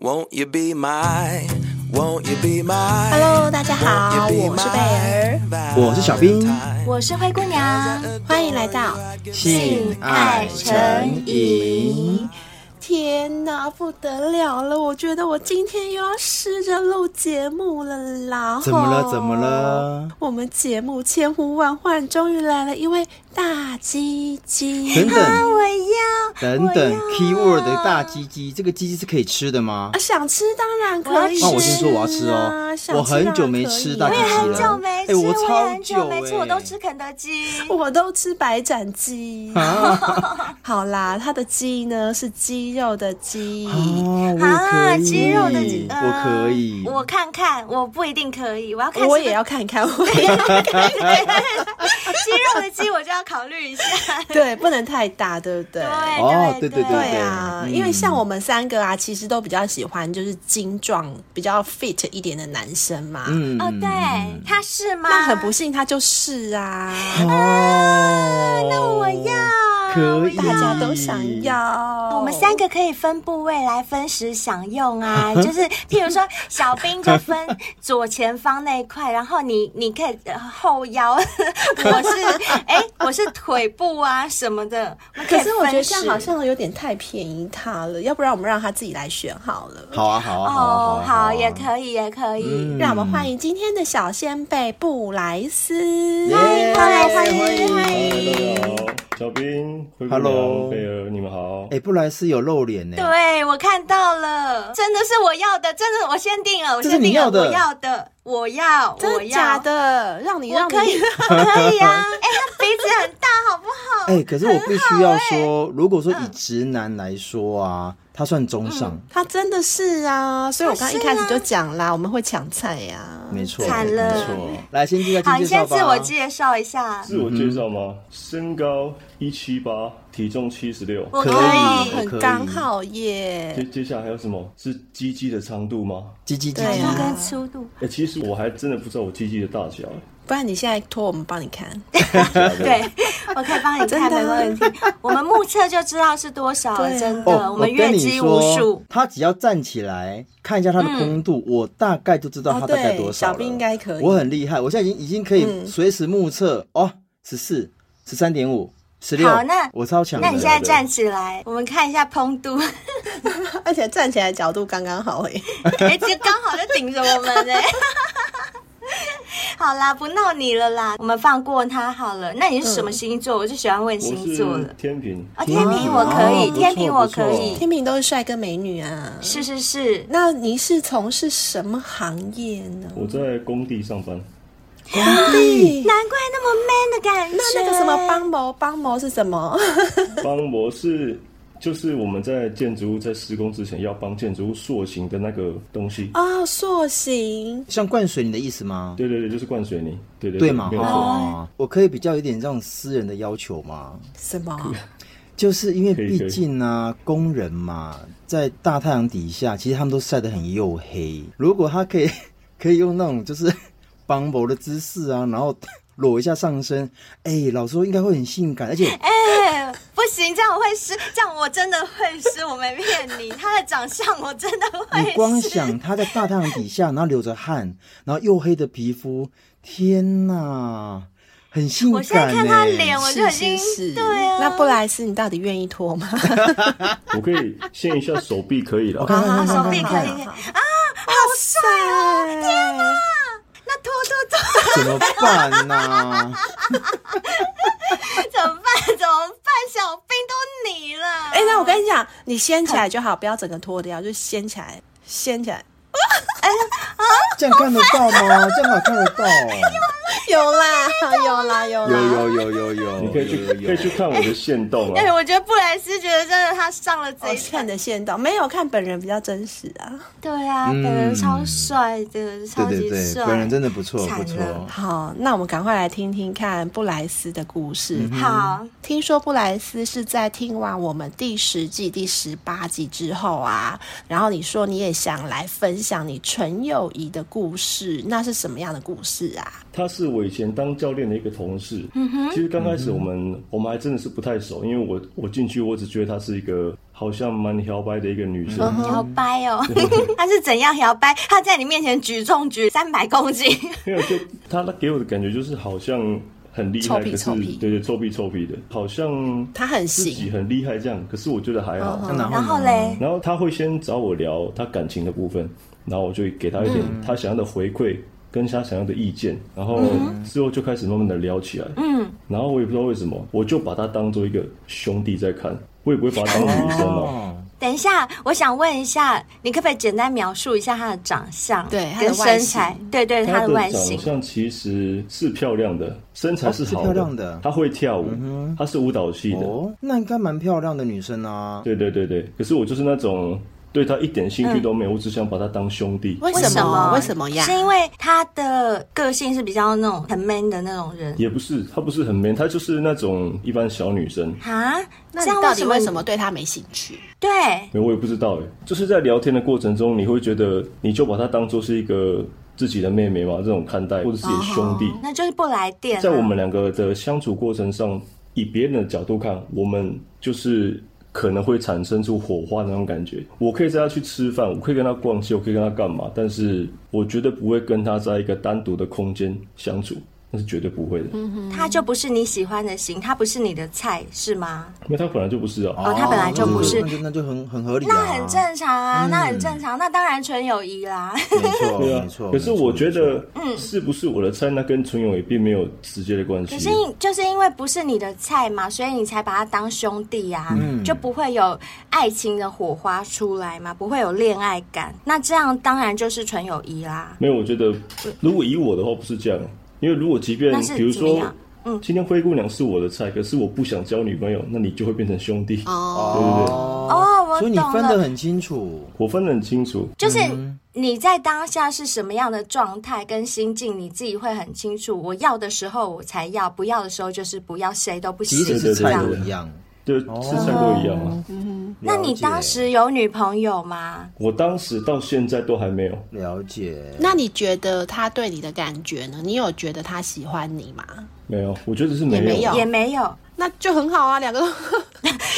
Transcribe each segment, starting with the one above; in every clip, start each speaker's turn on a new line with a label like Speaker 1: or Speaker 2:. Speaker 1: Won't you be my? Won't you be my?
Speaker 2: Hello，大家好，
Speaker 1: Won't you
Speaker 2: 我
Speaker 1: be
Speaker 2: 是贝儿，
Speaker 1: my
Speaker 3: 我是小兵
Speaker 1: Valentine？
Speaker 2: 我是灰姑娘，欢迎来到
Speaker 3: 性爱成瘾。
Speaker 2: 天哪，不得了了！我觉得我今天又要试着录节目了啦。
Speaker 3: 怎么了？
Speaker 4: 哦
Speaker 2: 吼
Speaker 3: 怎么？了？
Speaker 2: 我们节目千呼万唤，终于来了一位大鸡鸡。
Speaker 3: 等等
Speaker 2: 啊我要，
Speaker 3: 等
Speaker 2: 我
Speaker 3: 等
Speaker 2: 要
Speaker 3: ，keyword 的大鸡鸡，这个鸡鸡是可以吃的吗
Speaker 2: 啊，？想吃当然
Speaker 4: 我要
Speaker 2: 可以、
Speaker 4: 吃
Speaker 2: 啊。
Speaker 3: 那我先说我要吃哦，我很久没吃大
Speaker 2: 大
Speaker 3: 鸡
Speaker 4: 我也
Speaker 3: 鸡
Speaker 4: 很久
Speaker 3: 了。
Speaker 4: 没吃，
Speaker 3: 哎我
Speaker 4: 我
Speaker 3: 超
Speaker 4: 也很久没吃，
Speaker 3: 久哎哦
Speaker 4: 我都吃肯德基。
Speaker 2: 我都吃白斩鸡。 好啦，它的鸡呢是鸡肉的鸡。
Speaker 3: 啊，我也可以，
Speaker 4: 鸡肉的鸡，呃
Speaker 3: 我可以，
Speaker 4: 我看看，我不一定可以，我要看。
Speaker 2: 我也要。看看，我也要
Speaker 4: 鸡肉的鸡，我就要考虑一下。
Speaker 2: 对，不能太大，对不对？
Speaker 3: 哦
Speaker 4: 对
Speaker 3: 对
Speaker 4: 对
Speaker 2: 对啊，
Speaker 3: 嗯
Speaker 2: 因为像我们三个啊，其实都比较喜欢就是精壮、比较 fit 一点的男生嘛。
Speaker 3: 嗯
Speaker 4: 哦，对，他是吗？
Speaker 2: 那很不幸，他就是啊，
Speaker 3: 嗯哦，那
Speaker 4: 啊我要
Speaker 3: 可以，
Speaker 2: 大家都想。要。
Speaker 4: 我们三个可以分部位来分时享 用啊，就是譬如说小兵就分左前方那一块，然后你你可以呃后腰， 我是哎、我是腿部啊什么的。们
Speaker 2: 可
Speaker 4: 以
Speaker 2: 是我觉得
Speaker 4: 分
Speaker 2: 这样
Speaker 4: 食
Speaker 2: 好像有点太便宜他了，要不然我们让他自己来选好了。
Speaker 3: 好啊，好啊，好
Speaker 4: 哦
Speaker 3: 啊，，好嗯啊
Speaker 4: 好，也可以，也可以。
Speaker 2: 让我们欢迎今天的小先辈布莱斯。
Speaker 3: 耶
Speaker 4: 欢迎欢迎
Speaker 5: 嗨，大家好，小兵、灰姑
Speaker 3: Hello
Speaker 5: 娘、贝尔，你们好。
Speaker 3: 哎，布莱斯有露脸呢，
Speaker 4: 对，我看到了，真的是我要的，真的我先定了，我
Speaker 3: 这是
Speaker 4: 先
Speaker 3: 你
Speaker 4: 定了，
Speaker 3: 要的
Speaker 4: 我要的，我要，
Speaker 2: 真
Speaker 4: 我
Speaker 2: 的
Speaker 4: 要
Speaker 2: 假，的？让你
Speaker 4: 我
Speaker 2: 让
Speaker 4: 可以，
Speaker 2: 你
Speaker 4: 可以啊！哎，他鼻子很大，好不 好？
Speaker 3: 哎，可是我必须要
Speaker 4: 哎
Speaker 3: 说，如果说
Speaker 4: 嗯
Speaker 3: 以直男来说啊，他算中上，
Speaker 2: 他真的是啊，所以我刚刚一开始就讲啦，我们会抢菜啊呀、
Speaker 3: 没错，
Speaker 4: 惨
Speaker 3: 没
Speaker 4: 了
Speaker 3: 错。来，先进来
Speaker 4: 好，
Speaker 3: 进
Speaker 4: 你
Speaker 3: 介绍
Speaker 4: 先
Speaker 3: 吧。
Speaker 4: 自我介绍一下。
Speaker 5: 自我介绍吗？身高一七八，体重七十六。
Speaker 4: 我
Speaker 3: 可以
Speaker 2: 哦，
Speaker 3: 我可
Speaker 2: 很
Speaker 3: 以
Speaker 2: 刚好耶
Speaker 5: 接。接下来还有什么？是鸡鸡的长度吗？
Speaker 3: 叽叽叽
Speaker 2: 对
Speaker 4: 度
Speaker 2: 啊
Speaker 3: 叽，
Speaker 4: 跟粗度，
Speaker 5: 哎、其实我还真的不知道我鸡鸡的大小、哎
Speaker 2: 不然你现在拖我们帮你看，
Speaker 4: 对，我可以帮你
Speaker 2: 真
Speaker 4: 看，
Speaker 2: 的
Speaker 4: 没问题。我们目测就知道是多少
Speaker 2: 对啊
Speaker 4: 了，真的，们
Speaker 3: 哦跟
Speaker 4: 越
Speaker 3: 你
Speaker 4: 级无
Speaker 3: 说
Speaker 4: 数，。嗯
Speaker 3: 他只要站起来看一下他的空度，我大概就知道他大概多少了。
Speaker 2: 哦对小兵应该可以
Speaker 3: 我很厉害，我现在已经已经可
Speaker 4: 嗯
Speaker 3: 以随时目测、哦，十四、十三点五、十六。
Speaker 4: 好那
Speaker 3: 我超强的。
Speaker 4: 那你现在站起来，我们看一下哎蓬度，
Speaker 2: 而且站起来角度刚刚好 耶。
Speaker 4: 哎，这刚好就顶着我们哎。 好啦，不闹你了啦，我们放过他好了。那你是什么星座？我就喜欢问
Speaker 5: 我
Speaker 4: 星座
Speaker 5: 是
Speaker 4: 了。
Speaker 5: 天平。
Speaker 4: 啊，天
Speaker 3: 平
Speaker 4: 平我可以，
Speaker 3: 哦
Speaker 4: 天平我
Speaker 3: 不错
Speaker 4: 可
Speaker 3: 不
Speaker 4: 以，
Speaker 2: 天平都是帅哥美女啊。
Speaker 4: 是是是。
Speaker 2: 那你是从事什么行业呢？
Speaker 5: 我在工地上班，
Speaker 2: 对那
Speaker 4: 难怪那么 man 的感觉。
Speaker 2: 哎那那个什么帮谋帮谋是什么？
Speaker 5: 帮我是就是我们在建筑物在施工之前要帮建筑物塑形的那个东西。
Speaker 2: 啊、塑形。
Speaker 3: 像灌水你的意思吗？
Speaker 5: 对对对，就是灌水泥。对对
Speaker 3: 对嘛？
Speaker 5: 没有错。
Speaker 3: 哦，我可以比较有点这种私人的要求吗？
Speaker 2: 什么？
Speaker 3: 就是因为
Speaker 5: 可以可
Speaker 3: 毕
Speaker 5: 以
Speaker 3: 竟啊，工人嘛，在大太阳底下，其实他们都晒得很黝黑。如果他可以 可以用那种就是帮薄的姿势啊，然后裸一下上身，哎、老师说应该会很性感，而 且
Speaker 4: 哎，不行，这样我会失，这样我真的会失，我没骗你。他的长相我真的会
Speaker 3: 你光
Speaker 4: 失。
Speaker 3: 想他在大太阳底下，然后流着汗，然后黝黑的皮肤，天哪，很性
Speaker 4: 我现在
Speaker 3: 感、欸。
Speaker 4: 看他脸，我就已
Speaker 2: 是
Speaker 4: 经
Speaker 2: 是是
Speaker 4: 对啊。
Speaker 2: 那布莱斯，你到底愿意脱 吗？
Speaker 5: 我可以献一下手臂，可以了。
Speaker 3: 我看看看看
Speaker 4: 啊手臂可
Speaker 3: 看
Speaker 4: 以啊
Speaker 3: 看，
Speaker 2: 帅啊！天哪！
Speaker 4: 那拖拖拖。
Speaker 3: 怎么办啊呢、
Speaker 4: 怎么办？怎么办？小兵都你了。
Speaker 2: 哎、那我跟你讲，你掀起来就好，不要整个脱掉，就掀起来，掀起来。
Speaker 3: 这样看得到吗？这样哪看得到？哦
Speaker 2: 有啦，有啦，有啦。
Speaker 3: 有有有有 有，
Speaker 5: 你可以去
Speaker 3: 有有有
Speaker 5: 可以去看我的线动啊
Speaker 4: 哎、。我觉得布莱斯觉得真的他上了
Speaker 2: 我
Speaker 3: 哦
Speaker 4: 贼
Speaker 2: 看
Speaker 4: 船。
Speaker 2: 哦的线到没有看本人比较真实啊。
Speaker 4: 对啊，
Speaker 3: 嗯
Speaker 4: 本人超帅的，
Speaker 3: 对
Speaker 4: 超级
Speaker 3: 对对，
Speaker 4: 帅。
Speaker 3: 本人真的不错
Speaker 4: 惨
Speaker 3: 不错
Speaker 4: 了。
Speaker 2: 好，那我们赶快来听听看布莱斯的故事。
Speaker 3: 嗯
Speaker 4: 好。
Speaker 2: 听说布莱斯是在听完我们第十季第十八集之后啊，然后你说你也想来分享你纯友谊的故事，那是什么样的故事啊？
Speaker 5: 他是我以前当教练的一个同事。
Speaker 2: 嗯
Speaker 5: 其实刚开始我们、我们还真的是不太熟，因为我我进去我只觉得她是一个好像蛮摇摆的一个女
Speaker 2: 嗯
Speaker 5: 生。
Speaker 4: 摇摆哦， 他是怎样摇摆？他在你面前举重举三百公斤，
Speaker 5: 没有，就他他给我的感觉就是好像很厉害，
Speaker 2: 臭屁
Speaker 5: 可是
Speaker 2: 臭屁
Speaker 5: 对对，臭屁臭屁的，好像
Speaker 2: 他很
Speaker 5: 自己
Speaker 2: 行，嗯
Speaker 5: 很厉害这样。可是我觉得还好。
Speaker 3: 然
Speaker 4: 然后
Speaker 3: 呢
Speaker 4: 嘞，
Speaker 5: 然后他会先找我聊他感情的部分，然后我就给他一点他想要的回馈。跟他想要的意见，然后之后就开始慢慢的聊起来。嗯，然后我也不知道为什么，我就把他当做一个兄弟在看，我也不会把他当女生哦。
Speaker 3: 哦，
Speaker 4: 等一下，我想问一下，你可不可以简单描述一下他的长相，
Speaker 2: 对他的
Speaker 4: 跟
Speaker 2: 外
Speaker 4: 身
Speaker 2: 形
Speaker 4: 材，对对，他
Speaker 5: 她
Speaker 4: 的
Speaker 5: 的
Speaker 4: 外
Speaker 5: 长
Speaker 4: 形，
Speaker 5: 相其实是漂亮的，身材
Speaker 3: 哦
Speaker 5: 是
Speaker 3: 是
Speaker 5: 好
Speaker 3: 漂亮的嗯
Speaker 5: 她会跳舞，她是舞蹈系的。
Speaker 3: 哦，那应该蛮漂亮的女生啊。
Speaker 5: 对对对对，可是我就是那种对他一点兴趣都没有，我只想把他当兄弟，
Speaker 2: 为什么？为什么呀
Speaker 4: 是？因为他的个性是比较那种很 man 的那种人
Speaker 2: 嗯
Speaker 5: 也不是他不是很 man，他就是那种一般小女生。
Speaker 4: 啊？
Speaker 2: 那你
Speaker 4: 这样
Speaker 2: 到底为什
Speaker 4: 么
Speaker 2: 么对他没兴趣？
Speaker 4: 对？
Speaker 5: 没有我也不知道哎，就是在聊天的过程中，你会觉得你就把她当做是一个自己的妹妹嘛，这种看
Speaker 4: 哦
Speaker 5: 待或者自己的兄弟。
Speaker 4: 那就是不来电啊。
Speaker 5: 在我们两个的相处过程上，以别人的角度看，我们就是可能会产生出火花的那种感觉。我可以带他去吃饭，我可以跟他逛街，我可以跟他干嘛，但是我绝对不会跟他在一个单独的空间相处，那是绝对不会的，
Speaker 4: 他就不是你喜欢的型，他不是你的菜，是吗？
Speaker 5: 因为他本来就不是啊。
Speaker 4: 哦，他本来就不是
Speaker 3: 那，就那就很很合理啊，
Speaker 4: 那很正常啊，那很正常，那当然纯友谊啦。
Speaker 3: 没错，
Speaker 5: 对啊
Speaker 3: 哦没错。
Speaker 5: 可是我觉
Speaker 3: 没错
Speaker 5: 得，
Speaker 4: 嗯
Speaker 5: 是不是我的菜，那跟纯友也并没有直接的关系。
Speaker 4: 可是因就是因为不是你的菜嘛，所以你才把他当兄弟呀、就不会有爱情的火花出来嘛，不会有恋爱感。那这样当然就是纯友谊啦。
Speaker 5: 没有，我觉得如果以我的话不是这样，因为如果即便
Speaker 4: 那是
Speaker 5: 比如
Speaker 4: 怎
Speaker 5: 说
Speaker 4: 么样，嗯
Speaker 5: 今天灰姑娘是我的菜，可是我不想交女朋友，那你就会变成兄弟，
Speaker 2: 哦，
Speaker 5: 对不对？
Speaker 4: 哦，我
Speaker 3: 所以你
Speaker 4: 懂
Speaker 3: 分得
Speaker 4: 了，
Speaker 3: 很清楚，
Speaker 5: 我分得很清楚，
Speaker 4: 就是你在当下是什么样的状态跟心境，你自己会很清楚。我要的时候我才要，不要的时候就是不要，谁都不
Speaker 3: 即
Speaker 4: 行
Speaker 3: 使
Speaker 5: 对
Speaker 3: 是
Speaker 5: 对
Speaker 4: 这
Speaker 3: 菜
Speaker 4: 样
Speaker 3: 都。一样。
Speaker 5: 就是吃菜都一样啊嘛。
Speaker 4: 那你
Speaker 3: 了解
Speaker 4: 当时有女朋友吗？
Speaker 5: 我当时到现在都还没有，
Speaker 3: 了解，
Speaker 2: 那你觉得他对你的感觉呢？你有觉得他喜欢你吗？
Speaker 5: 没有，我觉得是没有，
Speaker 2: 也没有
Speaker 4: 也没有，
Speaker 2: 那就很好啊，两个都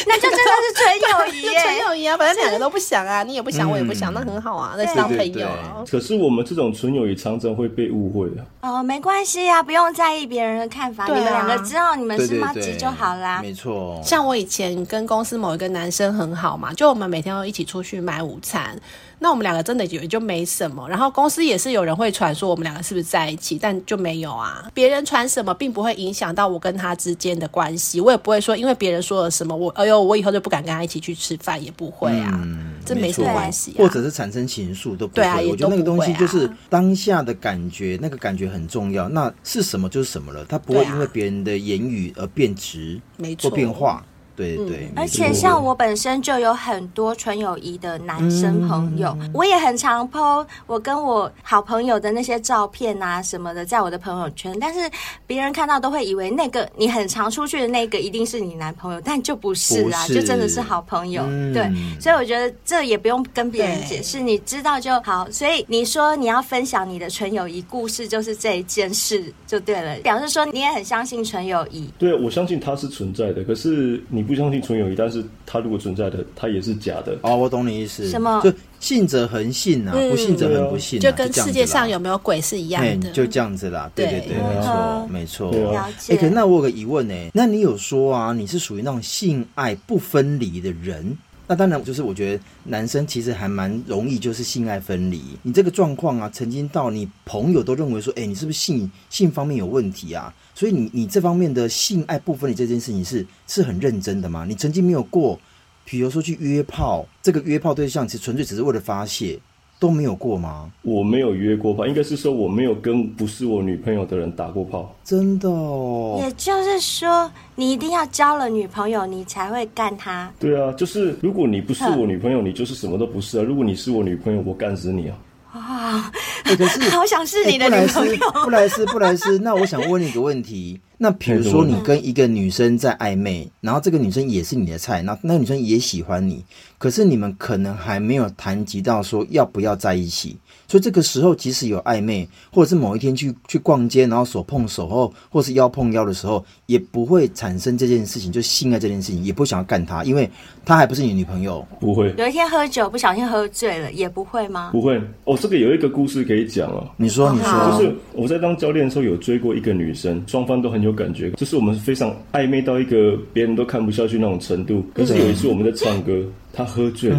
Speaker 4: 那就真的是纯友谊 耶、
Speaker 2: 纯友谊啊，反正两个都不想啊，你也不想，我也不想，那很好啊，那是当朋友啊。
Speaker 5: 可是我们这种纯友谊常常会被误会啊的。
Speaker 4: 哦，没关系啊，不用在意别人的看法。
Speaker 2: 对啊
Speaker 4: 你们两个知道你们
Speaker 3: 对
Speaker 4: 是
Speaker 3: 对
Speaker 4: 妈
Speaker 3: 对
Speaker 4: 吉就好啦。
Speaker 3: 没错，
Speaker 2: 像我以前跟公司某一个男生很好嘛，就我们每天都一起出去买午餐，那我们两个真的也就没什么。然后公司也是有人会传说我们两个是不是在一起，但就没有啊。别人传什么并不会影响到我跟他之间的关系，我也不会说因为别人说了什么，我哎呦我以后就不敢跟他一起去吃饭，也不会啊，这没什么
Speaker 3: 嗯错
Speaker 2: 关系、啊。
Speaker 3: 或者是产生情愫都不
Speaker 2: 对啊
Speaker 3: 会。
Speaker 2: 也
Speaker 3: 我觉得那个
Speaker 2: 都不会
Speaker 3: 东西
Speaker 2: 啊
Speaker 3: 就是当下的感觉，那个感觉很重要。那是什么就是什么了，它不会
Speaker 2: 对啊
Speaker 3: 因为别人的言语而变质，
Speaker 2: 没
Speaker 3: 或
Speaker 2: 错嗯
Speaker 3: 变化。对对，
Speaker 4: 而
Speaker 3: 没错
Speaker 4: 且像我本身就有很多纯友谊的男
Speaker 3: 嗯
Speaker 4: 生朋友，我也很常 PO 我跟我好朋友的那些照片啊什么的，在我的朋友圈。但是别人看到都会以为那个你很常出去的那个一定是你男朋友，但就不是啊，
Speaker 3: 不是
Speaker 4: 就真的是好朋友。
Speaker 3: 嗯
Speaker 4: 对，所以我觉得这也不用跟别人解释，你知道就好。所以你说你要分享你的纯友谊故事，就是这一件事就对了，表示说你也很相信纯友谊。
Speaker 5: 对，啊我相信它是存在的，可是你不相信纯友谊，但是它如果存在的，它也是假的。
Speaker 3: 哦，我懂你意思。
Speaker 4: 什么
Speaker 3: 就信者恒信啊，不信者
Speaker 5: 对啊
Speaker 3: 恒不信啊，
Speaker 2: 嗯就跟
Speaker 3: 这样
Speaker 2: 世
Speaker 3: 子
Speaker 2: 界
Speaker 3: 啦
Speaker 2: 上有没有鬼是一样
Speaker 3: 哎，
Speaker 2: 的，
Speaker 3: 就这样子啦，对
Speaker 2: 对
Speaker 3: 对对，
Speaker 5: 嗯
Speaker 4: 哼
Speaker 3: 没错没
Speaker 5: 对
Speaker 3: 错。
Speaker 5: 啊
Speaker 4: 了解
Speaker 3: 哎，可是那我有个疑问呢，那你有说啊，你是属于那种性爱不分离的人？那当然，就是我觉得男生其实还蛮容易，就是性爱分离。你这个状况啊，曾经到你朋友都认为说，哎，你是不是性性方面有问题啊？所以你你这方面的性爱不分离这件事情是是很认真的吗？你曾经没有过，比如说去约炮，这个约炮对象其实纯粹只是为了发泄，都没有过吗？
Speaker 5: 我没有约过炮，应该是说我没有跟不是我女朋友的人打过炮。
Speaker 3: 真的哦，
Speaker 4: 也就是说，你一定要交了女朋友，你才会干他。
Speaker 5: 对啊，就是如果你不是
Speaker 4: 嗯
Speaker 5: 我女朋友，你就是什么都不是啊；如果你是我女朋友，我干死你啊！
Speaker 4: 哇、
Speaker 3: 欸可是
Speaker 4: 哦 好想是哎
Speaker 3: 欸
Speaker 4: 你的
Speaker 3: 布
Speaker 4: 女
Speaker 3: 莱
Speaker 4: 朋
Speaker 3: 斯
Speaker 4: 友。
Speaker 3: 布莱斯，布莱斯，那我想问你一个问题：那比如说你跟一个女生在暧昧，然后这个女生也是你的菜，那那个女生也喜欢你，可是你们可能还没有谈及到说要不要在一起，所以这个时候即使有暧昧，或者是某一天去去逛街，然后手碰手后，或是腰碰腰的时候，也不会产生这件事情，就性爱这件事情，也不会想要干她，因为她还不是你女朋友。
Speaker 5: 不会，
Speaker 4: 有一天喝酒不小心喝醉了，也不会吗？
Speaker 5: 不会。哦，这个有一个故事可以讲哦。
Speaker 3: 你说，你
Speaker 4: 好
Speaker 5: 就
Speaker 3: 说
Speaker 5: 是，我在当教练的时候有追过一个女生，双方都很有感觉，就是我们非常暧昧到一个别人都看不下去那种程度。
Speaker 4: 嗯
Speaker 5: 可是有一次我们在唱歌，她喝醉了，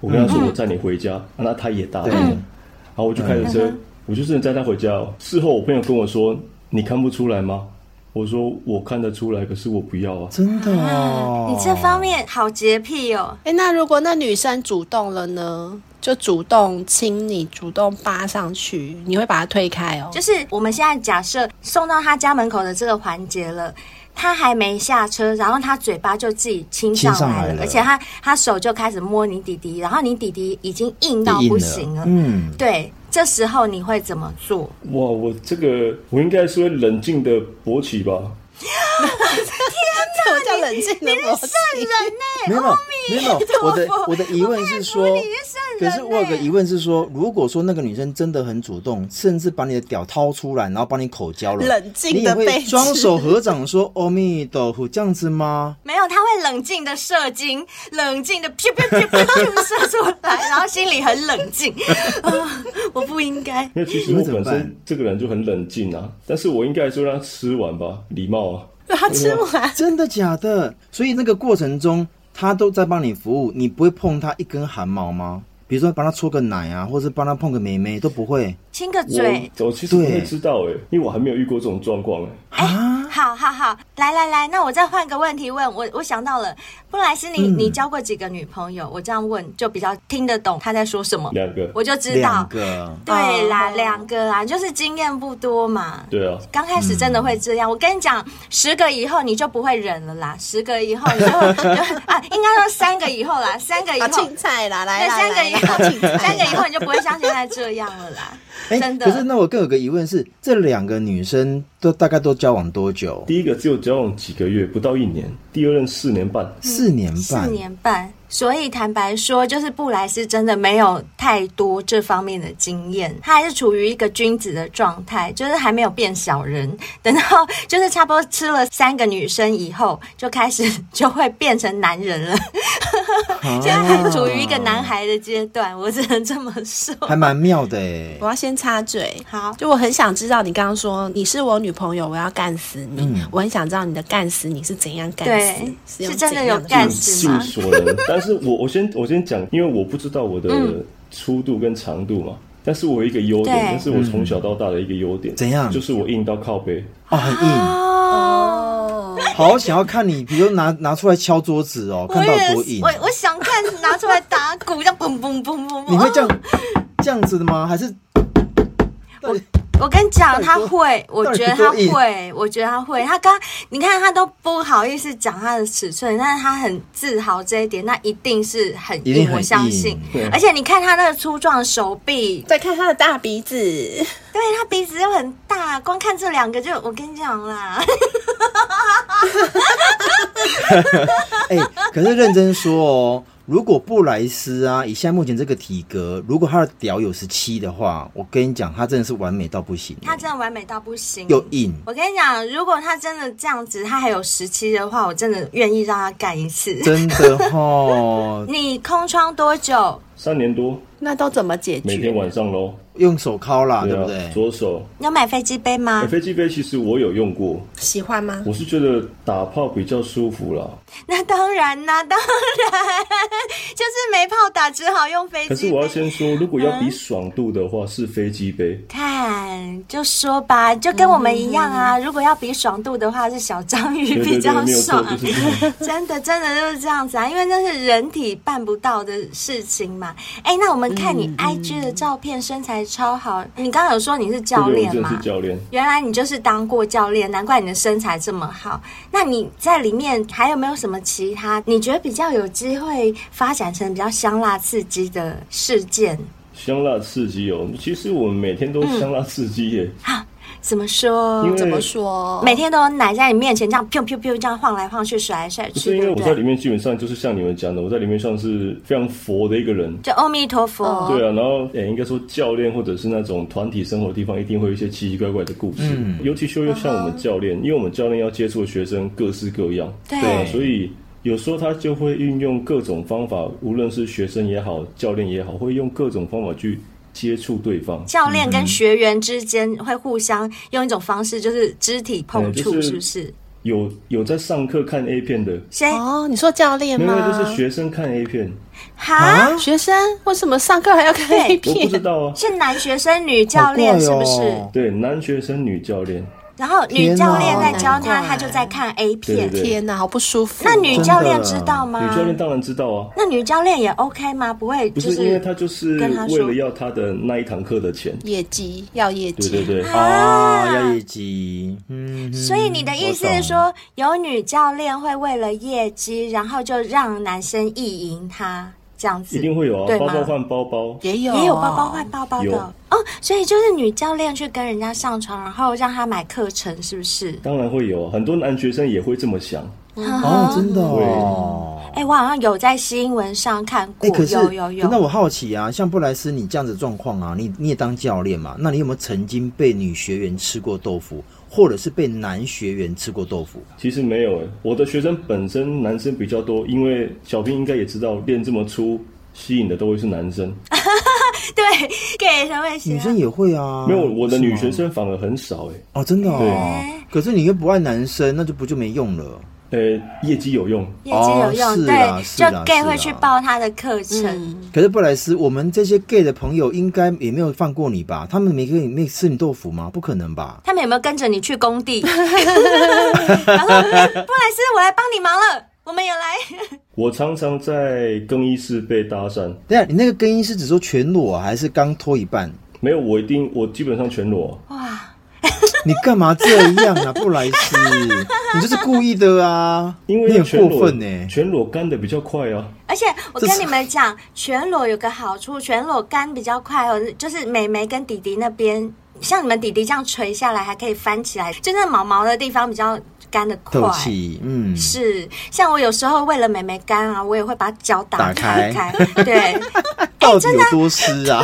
Speaker 5: 我跟
Speaker 4: 嗯
Speaker 5: 她说我载你回家，啊那她也答应
Speaker 3: 对
Speaker 5: 了，然后我就开
Speaker 4: 嗯
Speaker 5: 着车，我就真的载她回家哦。事后我朋友跟我说，你看不出来吗？我说我看得出来，可是我不要啊。
Speaker 3: 真的哦，
Speaker 4: 嗯你这方面好洁癖哦，
Speaker 2: 哎，那如果那女生主动了呢？就主动亲你，主动扒上去，你会把她推开哦？
Speaker 4: 就是我们现在假设送到他家门口的这个环节了。他还没下车，然后他嘴巴就自己亲上
Speaker 3: 亲上
Speaker 4: 来
Speaker 3: 来
Speaker 4: 了，
Speaker 3: 了
Speaker 4: 而且他他手就开始摸你弟弟，然后你弟弟已经硬到
Speaker 3: 硬
Speaker 4: 不
Speaker 3: 了
Speaker 4: 行啊了。
Speaker 3: 嗯，
Speaker 4: 对，这时候你会怎么做？
Speaker 5: 哇，我这个我应该是会冷静的勃起吧？
Speaker 2: 什么叫冷静的逻辑？
Speaker 3: 没有没有没有，我的我的疑问是说，可是我有个疑问是说，如果说那个女生真的很主动，甚至把你的屌掏出来，然后帮你口交了，
Speaker 2: 冷静地
Speaker 3: 你也
Speaker 2: 被
Speaker 3: 会
Speaker 2: 吃
Speaker 3: 双手合掌说“阿弥陀佛”这样子吗？
Speaker 4: 没有，他会冷静的射精，冷静的噗噗噗噗噗射出来，然后心里很冷静。啊、我不应该。
Speaker 5: 因为其实
Speaker 3: 你
Speaker 5: 我
Speaker 3: 会怎么
Speaker 5: 本身
Speaker 3: 办
Speaker 5: 这个人就很冷静啊，但是我应该还是会让他吃完吧，礼貌啊。
Speaker 2: 让她吃完，
Speaker 3: 真的假的？所以那个过程中，她都在帮你服务，你不会碰她一根汗毛吗？比如说帮她搓个奶啊，或者帮她碰个妹妹，都不会
Speaker 4: 亲个嘴，
Speaker 5: 我我其实不会
Speaker 3: 对
Speaker 5: 知道哎、因为我还没有遇过这种状况哎、
Speaker 3: 啊？
Speaker 4: 好好好，来来来，那我再换个问题问我，我想到了，布莱斯你，你、交过几个女朋友？我这样问就比较听得懂他在说什么，
Speaker 5: 两个，
Speaker 4: 我就知
Speaker 3: 两
Speaker 4: 道。
Speaker 3: 个，
Speaker 4: 对啦，
Speaker 2: 哦
Speaker 4: 两个啊，就是经验不多嘛。
Speaker 5: 对啊，
Speaker 4: 刚开始真的会这样，我跟你讲，十个以后你就不会忍了啦，十个以后你就会就啊，应该说三个以后啦，三个以
Speaker 2: 啊，
Speaker 4: 后，
Speaker 2: 青菜啦，来啊
Speaker 4: 对，
Speaker 2: 来
Speaker 4: 三个
Speaker 2: 来
Speaker 4: 以后，
Speaker 2: 来，
Speaker 4: 三个以后你就不会像现在这样了啦，
Speaker 3: 哎、
Speaker 4: 真的
Speaker 3: 可是那我更有个疑问是，这两个女生都大概都交往多久？
Speaker 5: 第一个只有交往几个月，不到一年，第二任四年半。
Speaker 3: 四年
Speaker 4: 四
Speaker 3: 半，
Speaker 4: 年半。所以坦白说，就是布莱斯真的没有太多这方面的经验，他还是处于一个君子的状态，就是还没有变小人。 等到就是差不多吃了三个女生以后，就开始就会变成男人了。
Speaker 3: 啊
Speaker 4: 现在还处于一个男，孩的阶段，
Speaker 3: 哦
Speaker 4: 我只能这么说。
Speaker 3: 还蛮妙的哎
Speaker 2: 我。要先插嘴。
Speaker 4: 好，
Speaker 2: 就我很想知道，你刚刚说你是我女朋友，我要干死你。
Speaker 3: 嗯
Speaker 2: 我很想知道你的干死你是怎样干
Speaker 4: 对
Speaker 2: 死，用
Speaker 4: 是真的
Speaker 2: 怎样
Speaker 4: 有
Speaker 2: 的
Speaker 4: 干
Speaker 2: 方
Speaker 5: 尽
Speaker 2: 式
Speaker 4: 死吗
Speaker 5: 尽所能。但是我我先我先讲，因为我不知道我的粗度跟长度嘛，但是我有一个优点，
Speaker 4: 嗯对
Speaker 5: 但是我从小到大的一个优点，
Speaker 3: 嗯怎样
Speaker 5: 就是我硬到靠背。
Speaker 3: 哦，很硬，
Speaker 4: 哦，
Speaker 2: 哦，
Speaker 3: 好想要看你，比如拿拿出来敲桌子哦，
Speaker 4: 我
Speaker 3: 看
Speaker 4: 也
Speaker 3: 到多
Speaker 4: 是
Speaker 3: 硬
Speaker 4: 我。我想看拿出来打鼓，这样嘣嘣嘣嘣嘣。
Speaker 3: 你会这样这样子的吗？还是
Speaker 4: 我跟你讲，
Speaker 3: 底
Speaker 4: 他
Speaker 3: 多
Speaker 4: 会，我
Speaker 3: 到底
Speaker 4: 觉得
Speaker 3: 多
Speaker 4: 他
Speaker 3: 硬
Speaker 4: 会，我觉得他会。他刚，你看他都不好意思讲他的尺寸，但是他很自豪这一点，那一定是很
Speaker 3: 一
Speaker 4: 硬，
Speaker 3: 定很
Speaker 4: 我相
Speaker 3: 硬
Speaker 4: 信
Speaker 5: 对。
Speaker 4: 而且你看他那个粗壮的手臂，
Speaker 2: 再看他的大鼻子，
Speaker 4: 对他鼻子又很大，光看这两个就，我跟你讲啦，
Speaker 3: 哎、可是认真说哦，如果布莱斯啊，以现在目前这个体格，如果他的屌有十七的话，我跟你讲，他真的是完美到不行，欸
Speaker 4: 他真的完美到不行。
Speaker 3: 又硬。
Speaker 4: 我跟你讲，如果他真的这样子，他还有十七的话，我真的愿意让他干一次。，
Speaker 3: 真的哈
Speaker 4: 你空窗多久？
Speaker 5: 三年多，
Speaker 2: 那都怎么解
Speaker 5: 每天
Speaker 2: 决？
Speaker 5: 晚上喽，
Speaker 3: 用手敲啦，对
Speaker 5: 啊
Speaker 3: 不，对？
Speaker 5: 左手。
Speaker 4: 你有买飞机杯吗
Speaker 5: 哎，？飞机杯其实我有用过，
Speaker 2: 喜欢吗？
Speaker 5: 我是觉得打炮比较舒服啦。
Speaker 4: 那当然啦、当然，就是没炮打，只好用飞
Speaker 5: 可是
Speaker 4: 机
Speaker 5: 我
Speaker 4: 杯。
Speaker 5: 要先说，如果要比爽度的话，是飞机杯。
Speaker 4: 看，就说吧，就跟我们一样啊。如果要比爽度的话，是小章鱼
Speaker 5: 嗯对
Speaker 4: 比
Speaker 5: 对对，
Speaker 4: 较
Speaker 5: 没有错
Speaker 4: 爽，。
Speaker 5: 就是这样
Speaker 4: 真的，真的就是这样子啊，因为那是人体办不到的事情嘛。哎、那我们看
Speaker 5: 嗯
Speaker 4: 你 IG 的照片，身材超好。你刚刚有说你是教
Speaker 5: 对对，我
Speaker 4: 练
Speaker 5: 真的是
Speaker 4: 嘛？
Speaker 5: 教练。
Speaker 4: 原来你就是当过教练，难怪你的身材这么好。那你在里面还有没有什么其他你觉得比较有机会发展成比较香辣刺激的事件？
Speaker 5: 香辣刺激哦，其实我们每天都香辣刺激耶。
Speaker 4: 嗯怎么说？
Speaker 5: 因为
Speaker 2: 怎么说？
Speaker 4: 每天都有奶在你面前这样飘飘飘这样晃来晃去、甩来甩
Speaker 5: 不
Speaker 4: 去，
Speaker 5: 是因为
Speaker 4: 对
Speaker 5: 我
Speaker 4: 不
Speaker 5: 在
Speaker 4: 对？
Speaker 5: 里面基本上就是像你们讲的，我在里面算是非常佛的一个人。
Speaker 4: 就阿弥陀佛，
Speaker 2: 哦
Speaker 5: 对啊，然后诶、应该说教练或者是那种团体生活的地方，一定会有一些奇奇怪怪的故事。
Speaker 4: 嗯
Speaker 5: 尤其就像我们教练，因为我们教练要接触的学生各式各样，
Speaker 4: 对
Speaker 3: 对
Speaker 5: 所以有时候他就会运用各种方法，无论是学生也好，教练也好，会用各种方法去接触对方。
Speaker 4: 教练跟学员之间会互相用一种方式，就是肢体碰触，
Speaker 5: 嗯就是
Speaker 4: 是不是？
Speaker 5: 有有在上课看 A 片的，
Speaker 4: 谁？
Speaker 2: 哦，你说教练
Speaker 5: 没有，
Speaker 2: 吗？啊
Speaker 5: 就是学生看 A 片，
Speaker 4: 哈？
Speaker 2: 学生为什么上课还要看 A
Speaker 5: 我不知
Speaker 2: 片？
Speaker 5: 道啊。
Speaker 4: 是男学生、女教练是不
Speaker 3: 好怪
Speaker 4: 是？
Speaker 3: 哦
Speaker 5: 对，男学生、女教练，
Speaker 4: 然后女教练在教
Speaker 2: 天
Speaker 4: 他，
Speaker 2: 哪
Speaker 4: 他就在看 A 片。
Speaker 5: 对对对
Speaker 2: 天哪，好不舒服。
Speaker 4: 那女教练知道吗？
Speaker 5: 女教练当然知道啊。
Speaker 4: 那女教练也 OK 吗？不会，
Speaker 5: 不
Speaker 4: 就是
Speaker 5: 因为他就是
Speaker 4: 跟他说
Speaker 5: 为了要他的那一堂课的钱，
Speaker 2: 业绩要业
Speaker 5: 对
Speaker 2: 绩，
Speaker 5: 对对，
Speaker 3: 啊，要业绩，嗯，
Speaker 4: 所以你的意思是
Speaker 3: 我
Speaker 4: 说，有女教练会为了业绩，然后就让男生意淫她，这样子
Speaker 5: 一定会有啊，
Speaker 4: 对
Speaker 5: 包包
Speaker 4: 吗？
Speaker 5: 换包包，
Speaker 2: 也有啊
Speaker 4: 也有包 包换包包
Speaker 5: 有
Speaker 4: 的哦，所以就是女教练去跟人家上床，然后让他买课程，是不是？
Speaker 5: 当然会有啊，很多男学生也会这么想，
Speaker 3: 懂哦，真的哦。
Speaker 4: 哎、我好像有在新闻上看过，
Speaker 3: 哎、可是
Speaker 4: 有有有。
Speaker 3: 那我好奇啊，像布莱斯你这样子的状况啊，你你也当教练嘛？那你有没有曾经被女学员吃过豆腐，或者是被男学员吃过豆腐？
Speaker 5: 其实没有诶、我的学生本身男生比较多，因为小兵应该也知道，练这么粗，吸引的都会是男生，
Speaker 4: 对，给什么行
Speaker 3: 女
Speaker 4: 啊
Speaker 3: 生也会啊，
Speaker 5: 没有我的
Speaker 3: 是吗
Speaker 5: 女学生反而很少欸诶、
Speaker 3: 哦，真的哦
Speaker 4: 对。
Speaker 3: 可是你又不爱男生，那就不就没用了。
Speaker 5: 呃，业绩有用，
Speaker 4: 业绩有用，
Speaker 3: 哦是啦
Speaker 4: 对，
Speaker 3: 是啦
Speaker 4: 就 gay
Speaker 3: 是啦
Speaker 4: 会去报他的课程。
Speaker 3: 可是布莱斯，我们这些 gay 的朋友应该也没有放过你吧？他们没给你没吃你豆腐吗？不可能吧？
Speaker 4: 他们有没有跟着你去工地？ 然后布莱斯，我来帮你忙了，我们也来。
Speaker 5: 我常常在更衣室被搭讪，
Speaker 3: 等一下，你那个更衣是只说全裸啊、还是刚脱一半？
Speaker 5: 没有我一定我基本上全裸啊，
Speaker 3: 你干嘛这样啊， 布莱 斯？你就是故意的啊！
Speaker 5: 因为
Speaker 3: 你
Speaker 5: 要全
Speaker 3: 很
Speaker 5: 裸
Speaker 3: 过分呢、欸
Speaker 5: 全裸干的比较快啊，
Speaker 4: 而且我
Speaker 3: 这
Speaker 4: 跟
Speaker 3: 是
Speaker 4: 你们讲，全裸有个好处，全裸干比较快哦，就是美眉跟弟弟那边，像你们弟弟这样垂下来，还可以翻起来，就那毛毛的地方比较干的快
Speaker 3: 透。气，嗯，
Speaker 4: 是，像我有时候为了美眉干啊，我也会把脚打
Speaker 3: 打开
Speaker 4: 开 对，哎
Speaker 3: 到底有多湿 啊？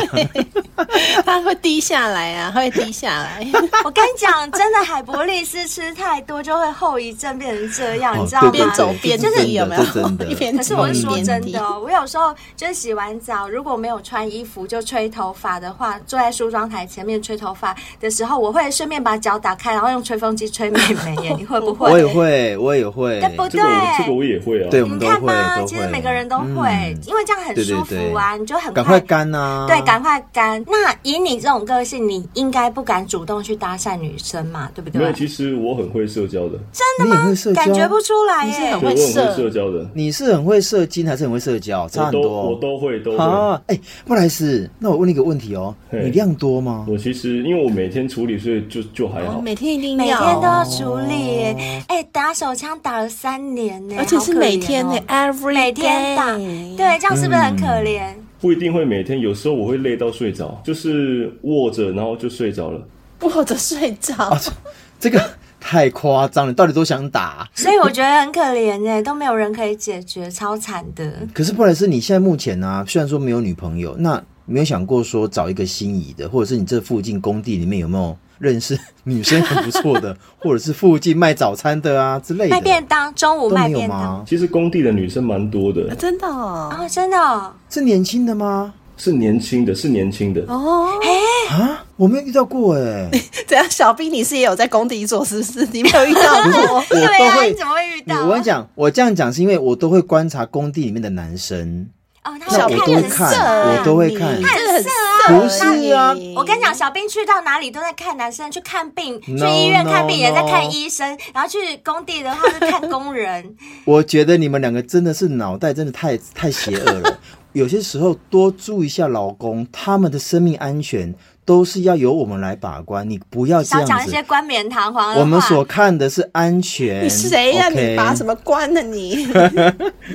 Speaker 2: 它会低下来啊，它会低下 来。
Speaker 4: 我跟你讲，真的海博利斯吃太多就会后遗症变成这样，你知道
Speaker 3: 对
Speaker 4: 吗？
Speaker 3: 对
Speaker 2: 边走边
Speaker 3: 这是真
Speaker 2: 滴有
Speaker 3: 的
Speaker 2: 没有
Speaker 3: 这是真的？
Speaker 2: 一 边
Speaker 4: 可是我是
Speaker 2: 走
Speaker 4: 说
Speaker 2: 一边
Speaker 4: 真
Speaker 2: 滴
Speaker 4: 的哦，我有时候就是洗完澡，如果没有穿衣服就吹头发的话，坐在梳妆台前面吹头发的时候，我会顺便把脚打开，然后用吹风机吹妹妹耶，你会 不
Speaker 3: 我也
Speaker 4: 会？
Speaker 3: 会，我也会
Speaker 4: 对，不
Speaker 5: 这个我这个我也会啊，
Speaker 3: 对，我们
Speaker 4: 你
Speaker 3: 都
Speaker 4: 看
Speaker 3: 会，
Speaker 4: 吧，
Speaker 3: 都
Speaker 4: 其
Speaker 3: 会
Speaker 4: 实每个人都会
Speaker 3: 嗯，
Speaker 4: 因为这样很舒服
Speaker 3: 对对
Speaker 4: 啊，
Speaker 3: 对
Speaker 4: 你就很
Speaker 3: 赶快干啊！
Speaker 4: 对，赶快干。那以你这种个性，你应该不敢主动去搭讪女生嘛，对不
Speaker 5: 没有，
Speaker 4: 对？
Speaker 5: 其实我很会社交的，
Speaker 3: 你也会社交，
Speaker 4: 感觉不出来
Speaker 2: 你是
Speaker 4: 耶
Speaker 2: 很。
Speaker 5: 对，我
Speaker 2: 会
Speaker 5: 很
Speaker 2: 射
Speaker 5: 会社交的，
Speaker 3: 你是很会射精还是很会社交？差
Speaker 5: 我
Speaker 3: 很
Speaker 5: 都
Speaker 3: 多哦。
Speaker 5: 我都会都会。
Speaker 3: 啊，哎、布莱斯，那我问你一个问题哦，
Speaker 5: 嘿
Speaker 3: 你量多吗？
Speaker 5: 我其实因为我每天处理，所以就就还
Speaker 2: 哦
Speaker 5: 好。
Speaker 2: 每天一定
Speaker 4: 每
Speaker 2: 要，
Speaker 4: 天都哎要处理耶，哎、打手枪打了三年呢，
Speaker 2: 而且是
Speaker 4: 好可怜哦
Speaker 2: 每天呢、e v e r y
Speaker 4: 每天打，对，这样是不是很可怜？
Speaker 5: 不一定会每天，有时候我会累到睡着，就是握着然后就睡着了。
Speaker 2: 或者睡着
Speaker 3: 啊，。这这个太夸张了，到底多想打？
Speaker 4: 所以我觉得很可怜呢，都没有人可以解决，超惨的。
Speaker 3: 可是布莱斯，你现在目前呢、啊虽然说没有女朋友，那没有想过说找一个心仪的，或者是你这附近工地里面有没有认识 女生很不错的，或者是附近卖早餐的啊之类的，
Speaker 4: 卖便当，中午
Speaker 3: 都
Speaker 4: 卖
Speaker 3: 没有
Speaker 4: 便当，
Speaker 3: 吗？
Speaker 5: 其实工地的女生蛮多的，
Speaker 2: 真的哦，
Speaker 4: 哦，真的哦、
Speaker 3: 是年轻的吗？
Speaker 5: 是年轻的，是年轻的。
Speaker 2: 哦，
Speaker 3: 啊，我没有遇到过哎、
Speaker 2: 怎样？小兵，你是也有在工地做，是不是？你没有遇 到过？
Speaker 3: 我
Speaker 4: 对
Speaker 3: 都
Speaker 4: 啊，
Speaker 3: 会
Speaker 4: 你怎么会遇
Speaker 3: 你
Speaker 4: 到？
Speaker 3: 我跟你讲，我这样讲是因为我都会观察工地里面的男生，
Speaker 4: 哦，他
Speaker 3: 那
Speaker 4: 有
Speaker 2: 小
Speaker 3: 我
Speaker 2: 兵
Speaker 3: 都会
Speaker 4: 很
Speaker 2: 很
Speaker 4: 色
Speaker 3: 看
Speaker 2: 色，
Speaker 4: 啊
Speaker 3: 我都会看
Speaker 2: 你真的很色
Speaker 3: 不是啊
Speaker 2: 你
Speaker 4: 我跟你讲，小兵去到哪里都在看男生，去看病，去
Speaker 3: No,
Speaker 4: 医院看病
Speaker 3: no,
Speaker 4: 也在看
Speaker 3: no
Speaker 4: 医生，然后去工地的话是看工人。
Speaker 3: 我觉得你们两个真的是脑袋真的太 太邪恶了。有些时候多注意一下老公，他们的生命安全都是要由我们来把关，你不要这
Speaker 4: 少
Speaker 3: 样
Speaker 4: 讲一
Speaker 3: 子。
Speaker 4: 些啊冠冕堂皇的话。
Speaker 3: 我们所看的是安全。
Speaker 2: 你谁呀、你
Speaker 3: OK
Speaker 2: 把什么关呢你？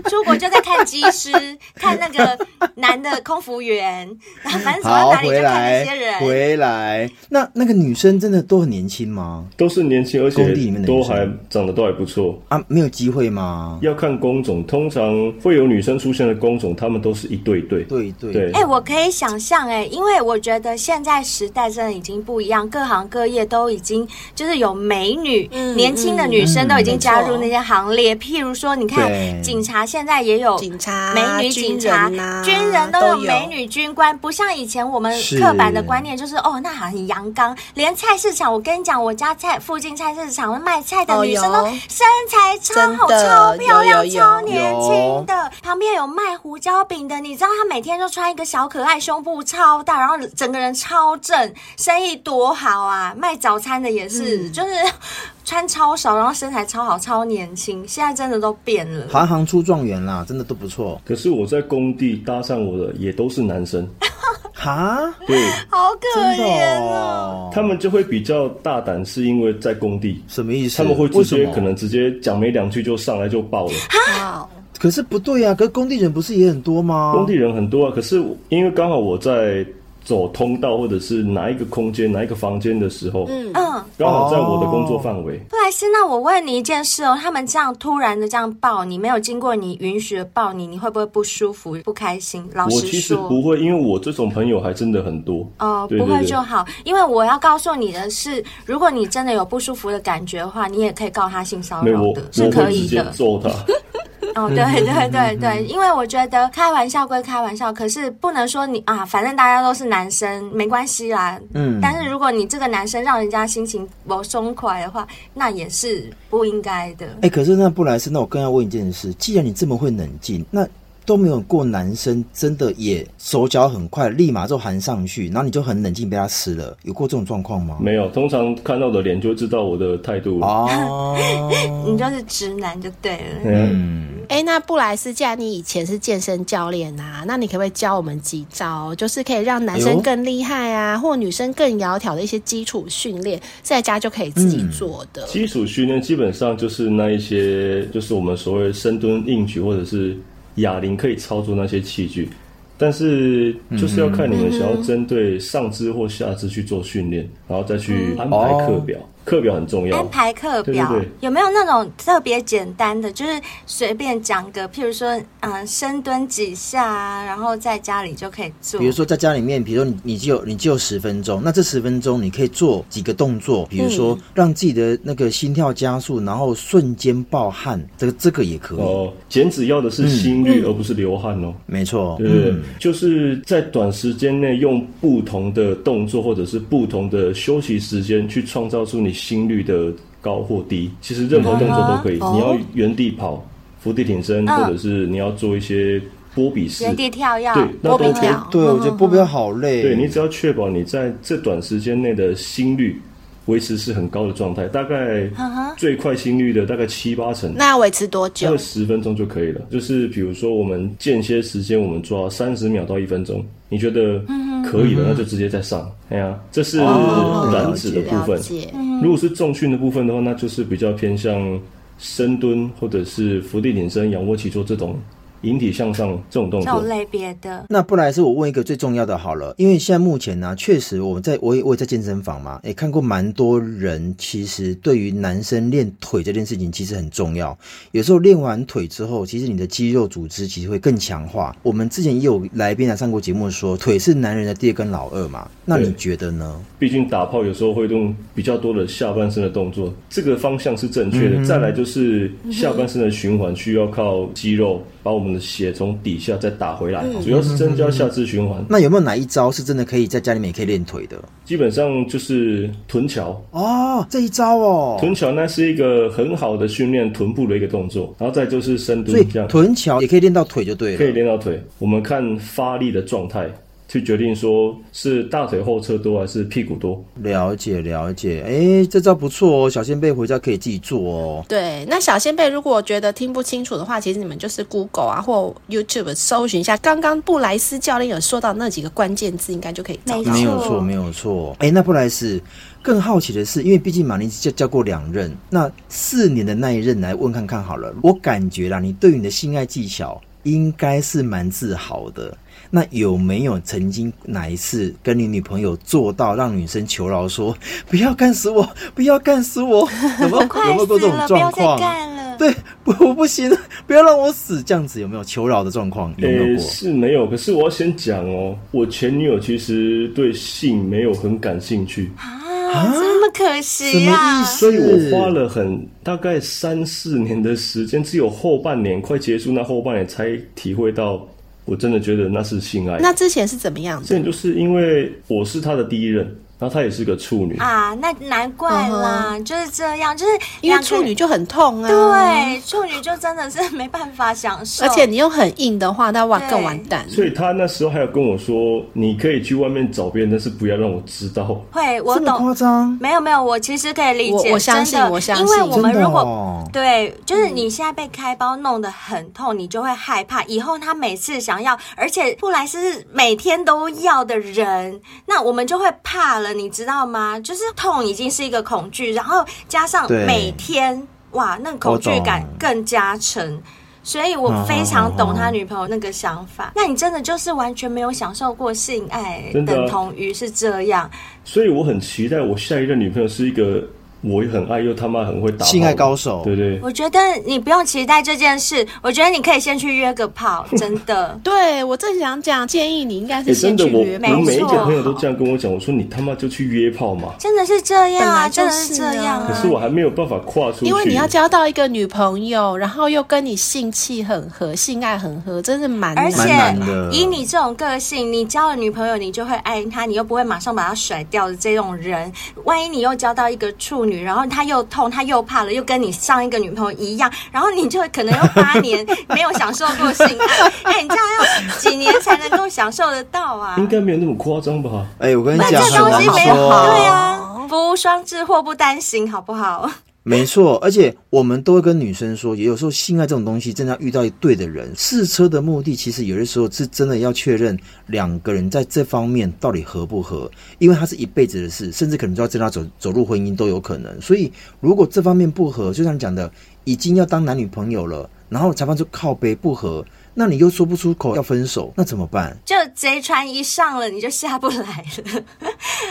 Speaker 4: 出国就在看机师， 看那个男的空服员， 然后反正走
Speaker 3: 好
Speaker 4: 到哪里
Speaker 3: 回
Speaker 4: 就看那些
Speaker 3: 来
Speaker 4: 人。
Speaker 3: 回来？那那个女生真的都很年轻吗？
Speaker 5: 都是年轻，而且
Speaker 3: 工地里面的
Speaker 5: 都
Speaker 3: 女生
Speaker 5: 还长得都还不错。
Speaker 3: 啊，没有机会吗？
Speaker 5: 要看工种，通常会有女生出现的工种，她们都是一对一对。
Speaker 3: 对对
Speaker 5: 对
Speaker 4: 哎、我可以想象哎、因为我觉得现在时代真的已经不一样，各行各业都已经就是有美女，
Speaker 2: 嗯
Speaker 4: 年轻的女生都已经加入
Speaker 2: 嗯
Speaker 4: 那些行列。譬如说，你
Speaker 3: 对
Speaker 4: 看警察现在也有
Speaker 2: 警察、
Speaker 4: 美女警察、
Speaker 2: 军人啊，
Speaker 4: 军人都有美。女军官，不像以前我们
Speaker 3: 是
Speaker 4: 刻板的观念，就是哦，那很阳刚。连菜市场，我跟你讲，我家菜附近菜市场卖菜的
Speaker 2: 哦
Speaker 4: 女生
Speaker 2: 有
Speaker 4: 都身材超好、
Speaker 2: 真的
Speaker 4: 超漂亮、
Speaker 2: 有有有
Speaker 4: 超年轻的。旁边有卖胡椒饼的，你知道她每天都穿一个小可爱，胸部超大，然后整个人超正，生意多好啊！卖早餐的也是，
Speaker 5: 嗯
Speaker 4: 就是穿超少，然后身材超好，超年轻。现在真的都变了。
Speaker 3: 行行出状元啦，真的都不错。
Speaker 5: 可是我在工地搭上我的也都是男生，
Speaker 3: 哈，
Speaker 5: 对
Speaker 4: 好可
Speaker 3: 真的
Speaker 4: 怜啊哦！
Speaker 3: 哦？
Speaker 5: 他们就会比较大胆，是因为在工地，
Speaker 3: 什么意思？
Speaker 5: 他们会直
Speaker 3: 为什
Speaker 5: 接
Speaker 3: 么
Speaker 5: 可能直接讲没两句就上来就爆了。
Speaker 2: 哇
Speaker 3: 可是不对呀、啊，可是工地人不是也很多
Speaker 4: 哦
Speaker 3: 吗？
Speaker 5: 工地人很多啊，可是因为刚好我在走通道或者是哪一个空间、哪一个房间的时候，嗯，
Speaker 4: 嗯。
Speaker 5: 刚好在我的工作范围。
Speaker 4: 布莱斯，那我问你一件事哦，他们这样突然的这样抱你，没有经过你允许的抱你，你会不会不舒服、不开心？老
Speaker 5: 我
Speaker 4: 实
Speaker 5: 其实
Speaker 4: 说，
Speaker 5: 不会，因为我这种朋友还真的很多。
Speaker 4: 哦，
Speaker 5: 对
Speaker 4: 不
Speaker 5: 对
Speaker 4: 会
Speaker 5: 对
Speaker 4: 就好，因为我要告诉你的是，如果你真的有不舒服的感觉的话，你也可以告他性骚
Speaker 5: 没有
Speaker 4: 扰
Speaker 5: 我，
Speaker 4: 的，
Speaker 5: 我
Speaker 4: 是可
Speaker 5: 会直
Speaker 4: 以
Speaker 5: 接嗯
Speaker 4: 的。
Speaker 5: 揍他。
Speaker 4: 哦，对对对对，因为我觉得开玩笑归开玩笑，可是不能说你啊，反正大家都是男生，没关系啦。
Speaker 3: 嗯
Speaker 4: 但是如果你这个男生让人家心情不松快的话，那也是不应该的。
Speaker 3: 哎、可是那布莱斯，那我更要问一件事：既然你这么会冷静，那都没有过男生真的也手脚很快，立马就含上去，然后你就很冷静被他吃了，有过这种状况吗？
Speaker 5: 没有，通常看到我的脸就会知道我的态度了。
Speaker 3: 哦，
Speaker 4: 你就是直男就对了。
Speaker 5: 嗯，
Speaker 2: 哎、那布莱斯，既然你以前是健身教练啊，那你可不可以教我们几招，就是可以让男
Speaker 3: 哎
Speaker 2: 生
Speaker 3: 呦
Speaker 2: 更厉害啊，或女生更窈窕的一些基础训练，在家就可以自己
Speaker 5: 嗯
Speaker 2: 做的？
Speaker 5: 基础训练基本上就是那一些，就是我们所谓深蹲、硬举或者是哑铃可以操作那些器具，但是就是要看你们想要针对上肢或下肢去做训练，然后再去安排课表，课表很重要
Speaker 4: 安。排课表
Speaker 5: 对对对
Speaker 4: 有没有那种特别简单的，就是随便讲个，譬如说，嗯、深蹲几下啊，然后在家里就可以做。
Speaker 3: 比如说在家里面，比如说你你就有你就有十分钟，那这十分钟你可以做几个动作，比如说让自己的那个心跳加速，然后瞬间暴汗，这个这个也可以，
Speaker 5: 哦，减脂要的是心率，而不是流汗哦。
Speaker 3: 没错，嗯
Speaker 5: 对对对，就是在短时间内用不同的动作或者是不同的休息时间去创造出你心率的高或低。其实任何动作都可以，
Speaker 2: 嗯
Speaker 5: 你要原地跑、伏地挺身，
Speaker 4: 嗯
Speaker 5: 或者是你要做一些波比式
Speaker 4: 原，地跳跃，
Speaker 5: 对，那
Speaker 2: 波
Speaker 5: 都
Speaker 2: 比
Speaker 5: 可以。
Speaker 2: 跳
Speaker 3: 对，我觉得波标好累，
Speaker 5: 对你只要确保你在这短时间内的心率维持是很高的状态，大概最快心率的大概七八成。
Speaker 2: 那维持多
Speaker 5: 大概
Speaker 2: 久？
Speaker 5: 十分钟就可以了。就是比如说，我们间歇时间我们抓三十秒到一分钟，你觉得可
Speaker 2: 嗯
Speaker 5: 以了，那就直接再上。哎呀，这是燃脂的部
Speaker 2: 哦了
Speaker 5: 分。
Speaker 2: 解，
Speaker 5: 如果是重训的部分的话，那就是比较偏向深蹲或者是伏地挺身、仰卧起坐这种引体向上这种动
Speaker 4: 这种
Speaker 5: 作。
Speaker 4: 类别的。
Speaker 3: 那布莱斯，我问一个最重要的好了，因为现在目前呢、确实我在我也我也在健身房嘛，也看过蛮多人，其实对于男生练腿这件事情其实很重要。有时候练完腿之后，其实你的肌肉组织其实会更强化。我们之前也有来宾来上过节目说，腿是男人的第二根老二嘛，那你
Speaker 5: 对
Speaker 3: 觉得呢？
Speaker 5: 毕竟打炮有时候会用比较多的下半身的动作，这个方向是正确的。
Speaker 3: 嗯
Speaker 5: 再来就是下半身的循环需要靠肌肉把我们的血从底下再打回来，主要是增加下肢循环。
Speaker 3: 那有没有哪一招是真的可以在家里面也可以练腿的？
Speaker 5: 基本上就是臀桥，
Speaker 3: 哦，这一招哦，
Speaker 5: 臀桥那是一个很好的训练臀部的一个动作，然后再就是深
Speaker 3: 所以
Speaker 5: 蹲，这样
Speaker 3: 臀桥也可以练到腿就对了。
Speaker 5: 可以练到腿。我们看发力的状态，去决定说是大腿后侧多还是屁股多。
Speaker 3: 了解了解，哎，这招不错哦，小仙贝回家可以自己做哦。
Speaker 2: 对，那小先辈如果觉得听不清楚的话，其实你们就是 Google 啊或 YouTube 搜寻一下，刚刚布莱斯教练有说到那几个关键字，应该就可以找到
Speaker 3: 没。有错，没有错。哎，那布莱斯，更好奇的是，因为毕竟马林教教过两任，那四年的那一任来问看看好了。我感觉啦，你对你的性爱技巧应该是蛮自豪的。那有没有曾经哪一次跟你女朋友做到让女生求饶说 不要干死我，不要干死我？有没有
Speaker 4: 快
Speaker 3: 有没有过这
Speaker 4: 死
Speaker 3: 种
Speaker 4: 了，不要
Speaker 3: 状
Speaker 4: 再
Speaker 3: 况？啊
Speaker 4: 干了。
Speaker 3: 对，不， 我不行，不要让我死，这样子有没有求饶的状况？有没有
Speaker 5: 呃，
Speaker 3: 过？
Speaker 5: 是没有，可是我要先讲哦，我前女友其实对性没有很感兴趣，
Speaker 4: 啊，这么可惜
Speaker 3: 什么
Speaker 4: 啊
Speaker 3: 意！思
Speaker 5: 所以我花了很大概三四年的时间，只有后半年快结束那后半年才体会到，我真的觉得那是性爱。
Speaker 2: 那之前是怎么样
Speaker 5: 这
Speaker 2: 的？
Speaker 5: 点就是因为我是她的第一任，然后她也是个处女，
Speaker 4: 啊，那难怪
Speaker 3: 嗯
Speaker 4: 啦，就是这样，就是
Speaker 2: 因为
Speaker 4: 两个
Speaker 2: 处女就很痛啊。。
Speaker 4: 对处女就真的是没办法享受，
Speaker 2: 而且你又很硬的话，那完
Speaker 4: 对
Speaker 2: 更完蛋。
Speaker 5: 所以她那时候还有跟我说，你可以去外面找别人，但是不要让我知道。
Speaker 4: 会我
Speaker 3: 这么夸
Speaker 4: 懂。
Speaker 3: 张？
Speaker 4: 没有没有，我其实可以理解，
Speaker 2: 我我相信
Speaker 4: 真的
Speaker 2: 我相信。
Speaker 4: 因为我们
Speaker 3: 真的
Speaker 4: 如果、
Speaker 3: 哦
Speaker 4: 对，就是你现在被开包弄得很痛，你就会害怕。以后他每次想要，而且布莱斯是每天都要的人，那我们就会怕了，你知道吗？就是痛已经是一个恐惧，然后加上
Speaker 3: 对
Speaker 4: 每天哇，那恐惧感
Speaker 3: 我懂
Speaker 4: 更加沉。所以我非常懂他女朋友那个想法。那你真的就是完全没有享受过性爱，
Speaker 5: 嗯真的啊
Speaker 4: 等同于是这样。
Speaker 5: 所以我很期待我下一任女朋友是一个我很爱又他妈很会打炮的
Speaker 3: 性爱高手
Speaker 5: 对对。
Speaker 4: 我觉得你不用期待这件事，我觉得你可以先去约个炮，真 的
Speaker 2: 对我正想讲，建议你应该
Speaker 5: 欸
Speaker 3: 哎
Speaker 2: 是先
Speaker 5: 真的，
Speaker 2: 去
Speaker 5: 我
Speaker 2: 约
Speaker 4: 没
Speaker 2: 炮。
Speaker 5: 我每一
Speaker 4: 错
Speaker 5: 个朋友都这样跟我讲，我说你他妈就去约炮嘛。
Speaker 4: 真的是这样
Speaker 2: 本
Speaker 4: 啊，
Speaker 2: 来就
Speaker 4: 真
Speaker 2: 是
Speaker 4: 的
Speaker 2: 啊
Speaker 4: 是这样
Speaker 5: 可
Speaker 4: 啊
Speaker 5: 是。我还没有办法跨出去，
Speaker 2: 因为你要交到一个女朋友，然后又跟你性气很合、性爱很合，真是蛮
Speaker 4: 而
Speaker 2: 难。
Speaker 3: 蛮
Speaker 4: 且
Speaker 3: 难的
Speaker 5: 呃
Speaker 4: 以你这种个性，你交了女朋友，你就会爱她，你又不会马上把她甩掉的这种人。万一你又交到一个处女，然后她又痛，她又怕了，又跟你上一个女朋友一样，然后你就可能又八年没有享受过性爱。 哎、你这样要几年才能够享受得到啊？
Speaker 5: 应该没有啊那么夸张吧？
Speaker 3: 哎、我跟你
Speaker 4: 那
Speaker 3: 讲，
Speaker 4: 这
Speaker 3: 很
Speaker 4: 东
Speaker 3: 难
Speaker 4: 西没有
Speaker 3: 说。
Speaker 4: 对啊，福无双至，祸不单行，好不好？
Speaker 3: 没错，而且我们都会跟女生说，也有时候性爱这种东西，真的要遇到对的人。试车的目的，其实有的时候是真的要确认两个人在这方面到底合不合，因为它是一辈子的事，甚至可能就要真的要走走入婚姻都有可能。所以，如果这方面不合，就像你讲的，已经要当男女朋友了，然后裁判说靠背不合，那你又说不出口要分手，那怎么办？
Speaker 4: 就贼船一上了，你就下不来了。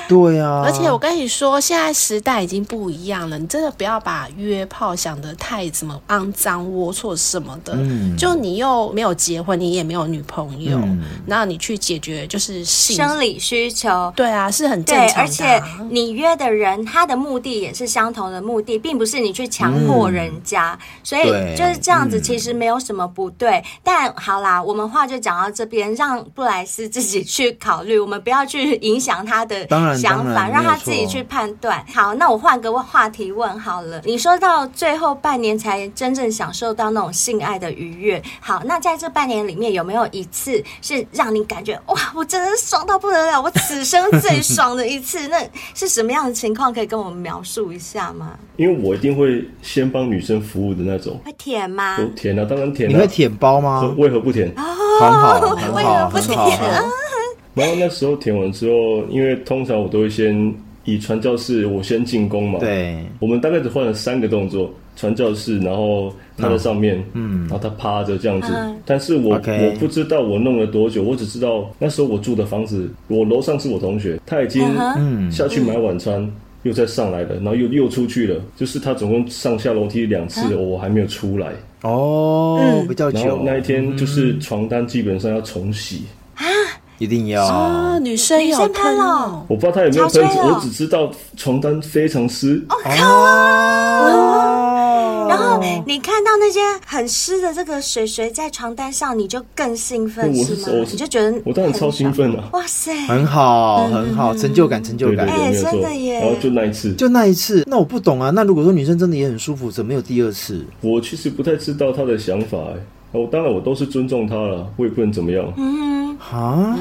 Speaker 3: 对啊，
Speaker 2: 而且我跟你说，现在时代已经不一样了，你真的不要把约炮想得太怎么肮脏、龌龊什么的。
Speaker 3: 嗯
Speaker 2: 就你又没有结婚，你也没有女朋友，
Speaker 3: 嗯
Speaker 2: 然后你去解决就是性，
Speaker 4: 生理需求。
Speaker 2: 对啊，是很正
Speaker 4: 对，
Speaker 2: 常
Speaker 4: 而
Speaker 2: 的
Speaker 4: 且
Speaker 2: 啊、
Speaker 4: 你约的人，他的目的也是相同的目的，并不是你去强迫人家，所以
Speaker 3: 对
Speaker 4: 就是这样子，
Speaker 3: 嗯
Speaker 4: 其实没有什么不对。但好啦，我们话就讲到这边，让布莱斯自己去考虑，我们不要去影响他的
Speaker 3: 当然
Speaker 4: 想
Speaker 3: 当
Speaker 4: 法，
Speaker 3: 然
Speaker 4: 让
Speaker 3: 没
Speaker 4: 他
Speaker 3: 有
Speaker 4: 自己
Speaker 3: 错
Speaker 4: 去判断。好，那我换个话题问好了，你说到最后半年才真正享受到那种性爱的愉悦，好，那在这半年里面有没有一次是让你感觉哇，我真的是爽到不得了，我此生最爽的一次？ 那是什么样的情况？可以跟我们描述一下吗？
Speaker 5: 因为我一定会先帮女生服务的那种。
Speaker 4: 会舔吗
Speaker 5: 我？舔啊，当然舔啊。
Speaker 3: 你会舔包
Speaker 5: 何
Speaker 3: 吗？
Speaker 5: 为何不舔？
Speaker 3: 很好，很
Speaker 4: 为
Speaker 3: 好，
Speaker 4: 何不
Speaker 3: 很好，
Speaker 4: 舔啊
Speaker 5: 然后那时候舔完之后，因为通常我都会先以传教士我先进攻嘛。。
Speaker 3: 对。
Speaker 5: 我们大概只换了三个动作：传教士，然后他在上面，嗯，然后他趴着这样子。
Speaker 4: 嗯
Speaker 5: 但是我
Speaker 3: OK
Speaker 5: 我不知道我弄了多久，我只知道那时候我住的房子，我楼上是我同学，他已经
Speaker 3: 嗯
Speaker 5: 下去买晚餐。又再上来了，然后又又出去了，就是他总共上下楼梯两次，我还没有出来。
Speaker 3: 哦，
Speaker 4: 嗯
Speaker 3: 比较
Speaker 5: 然
Speaker 3: 久
Speaker 5: 后，那一天就是床单基本上要重洗，
Speaker 3: 一定要。
Speaker 2: 啊，女生
Speaker 4: 女
Speaker 2: 有
Speaker 4: 生喷
Speaker 2: 喷
Speaker 4: 哦
Speaker 2: 哦，
Speaker 5: 我不知道他有没有喷
Speaker 4: 潮
Speaker 5: 子，
Speaker 4: 吹哦
Speaker 5: 我只知道床单非常湿。
Speaker 4: 啊
Speaker 3: 哦，
Speaker 4: 然后你看到那些很湿的这个水水在床单上，你就更兴奋
Speaker 5: 对我
Speaker 4: 是
Speaker 5: 是
Speaker 4: 吗
Speaker 5: 我？是
Speaker 4: 你就觉得
Speaker 5: 我当然
Speaker 4: 很
Speaker 5: 超
Speaker 4: 爽
Speaker 5: 兴奋啊！
Speaker 4: 哇塞！
Speaker 3: 很好，很
Speaker 4: 嗯
Speaker 3: 好，成就感，成就
Speaker 5: 对对
Speaker 3: 感。
Speaker 5: 对，没有
Speaker 4: 哎真
Speaker 5: 错
Speaker 4: 的耶。
Speaker 5: 然后就那一次，
Speaker 3: 就那一次，那我不懂啊。那如果说女生真的也很舒服，怎么没有第二次？
Speaker 5: 我其实不太知道他的想法、欸，我当然我都是尊重他了，我也不能怎么样。
Speaker 4: 嗯，
Speaker 3: 哈，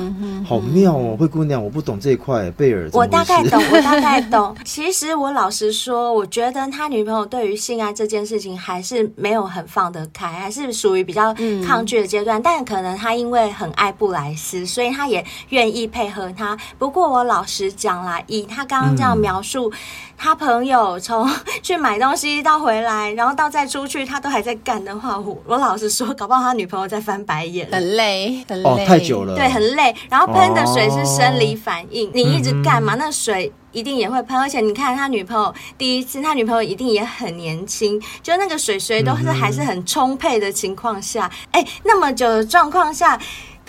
Speaker 3: 好妙哦，灰姑娘，我不懂这一块，贝尔，
Speaker 4: 我大概
Speaker 3: 怎么
Speaker 4: 懂
Speaker 3: 回事，
Speaker 4: 我 大概懂。其实我老实说，我觉得他女朋友对于性爱这件事情还是没有很放得开，还是属于比较
Speaker 3: 嗯
Speaker 4: 抗拒的阶段。但可能他因为很爱布莱斯，所以他也愿意配合他。不过我老实讲啦，以他刚刚这
Speaker 3: 嗯
Speaker 4: 样描述，他朋友从 去买东西到回来，然后到再出去，他都还在干的话，我我老实说，搞不好他女朋友在翻白眼了。
Speaker 2: 很累，很累，
Speaker 3: 哦，太久了，
Speaker 4: 对，很累。然后喷的水是生理反
Speaker 3: 哦
Speaker 4: 应，你一直
Speaker 3: 嗯
Speaker 4: 干嘛，那水一定也会喷。而且你看他女朋友第一次，他女朋友一定也很年轻，就那个水水都
Speaker 3: 嗯
Speaker 4: 是还是很充沛的情况下，哎、那么久的状况下。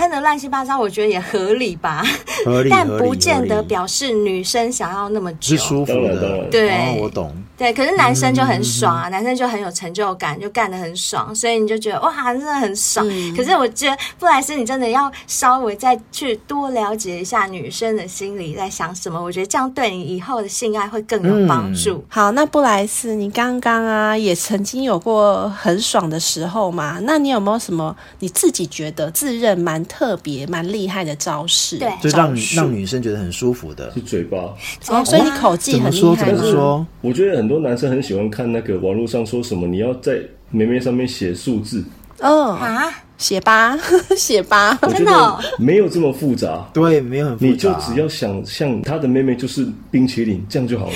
Speaker 4: 喷的乱七八糟，我觉得也合理吧，
Speaker 3: 合理，
Speaker 4: 但
Speaker 3: 合理
Speaker 4: 不见
Speaker 3: 合
Speaker 4: 得
Speaker 3: 理
Speaker 4: 表示女生想要那么
Speaker 3: 是。
Speaker 4: 久
Speaker 3: 舒服
Speaker 5: 当然当
Speaker 3: 的，
Speaker 5: 然
Speaker 4: 对
Speaker 3: 哦我懂，
Speaker 4: 对，可是男生就很爽
Speaker 5: 嗯
Speaker 4: 啊，男生就很有成就感，就干得很爽，所以你就觉得哇，真的很爽。
Speaker 5: 嗯
Speaker 4: 可是我觉得布莱斯，你真的要稍微再去多了解一下女生的心里在想什么，我觉得这样对你以后的性爱会更有帮助。
Speaker 2: 好，那布莱斯，你刚刚啊也曾经有过很爽的时候嘛？那你有没有什么你自己觉得自认蛮特别、蛮厉害的招式？
Speaker 4: 对
Speaker 3: 就让女
Speaker 2: 招数
Speaker 3: 让女生觉得很舒服的
Speaker 5: 是，嘴巴。
Speaker 2: 哦，所以你口技
Speaker 3: 怎么
Speaker 2: 很厉
Speaker 3: 说
Speaker 2: 害
Speaker 3: 怎
Speaker 2: 吗？
Speaker 3: 么说？
Speaker 5: 我觉得很多男生很喜欢看那个网络上说什么，你要在妹妹上面写数字，
Speaker 2: 嗯，
Speaker 4: 啊，
Speaker 2: 写吧， 写吧。
Speaker 5: 我觉
Speaker 4: 真的哦
Speaker 5: 得没有这么复杂。
Speaker 3: 对，没有很复杂，
Speaker 5: 你就只要想象他的妹妹就是冰淇淋，这样就好 了。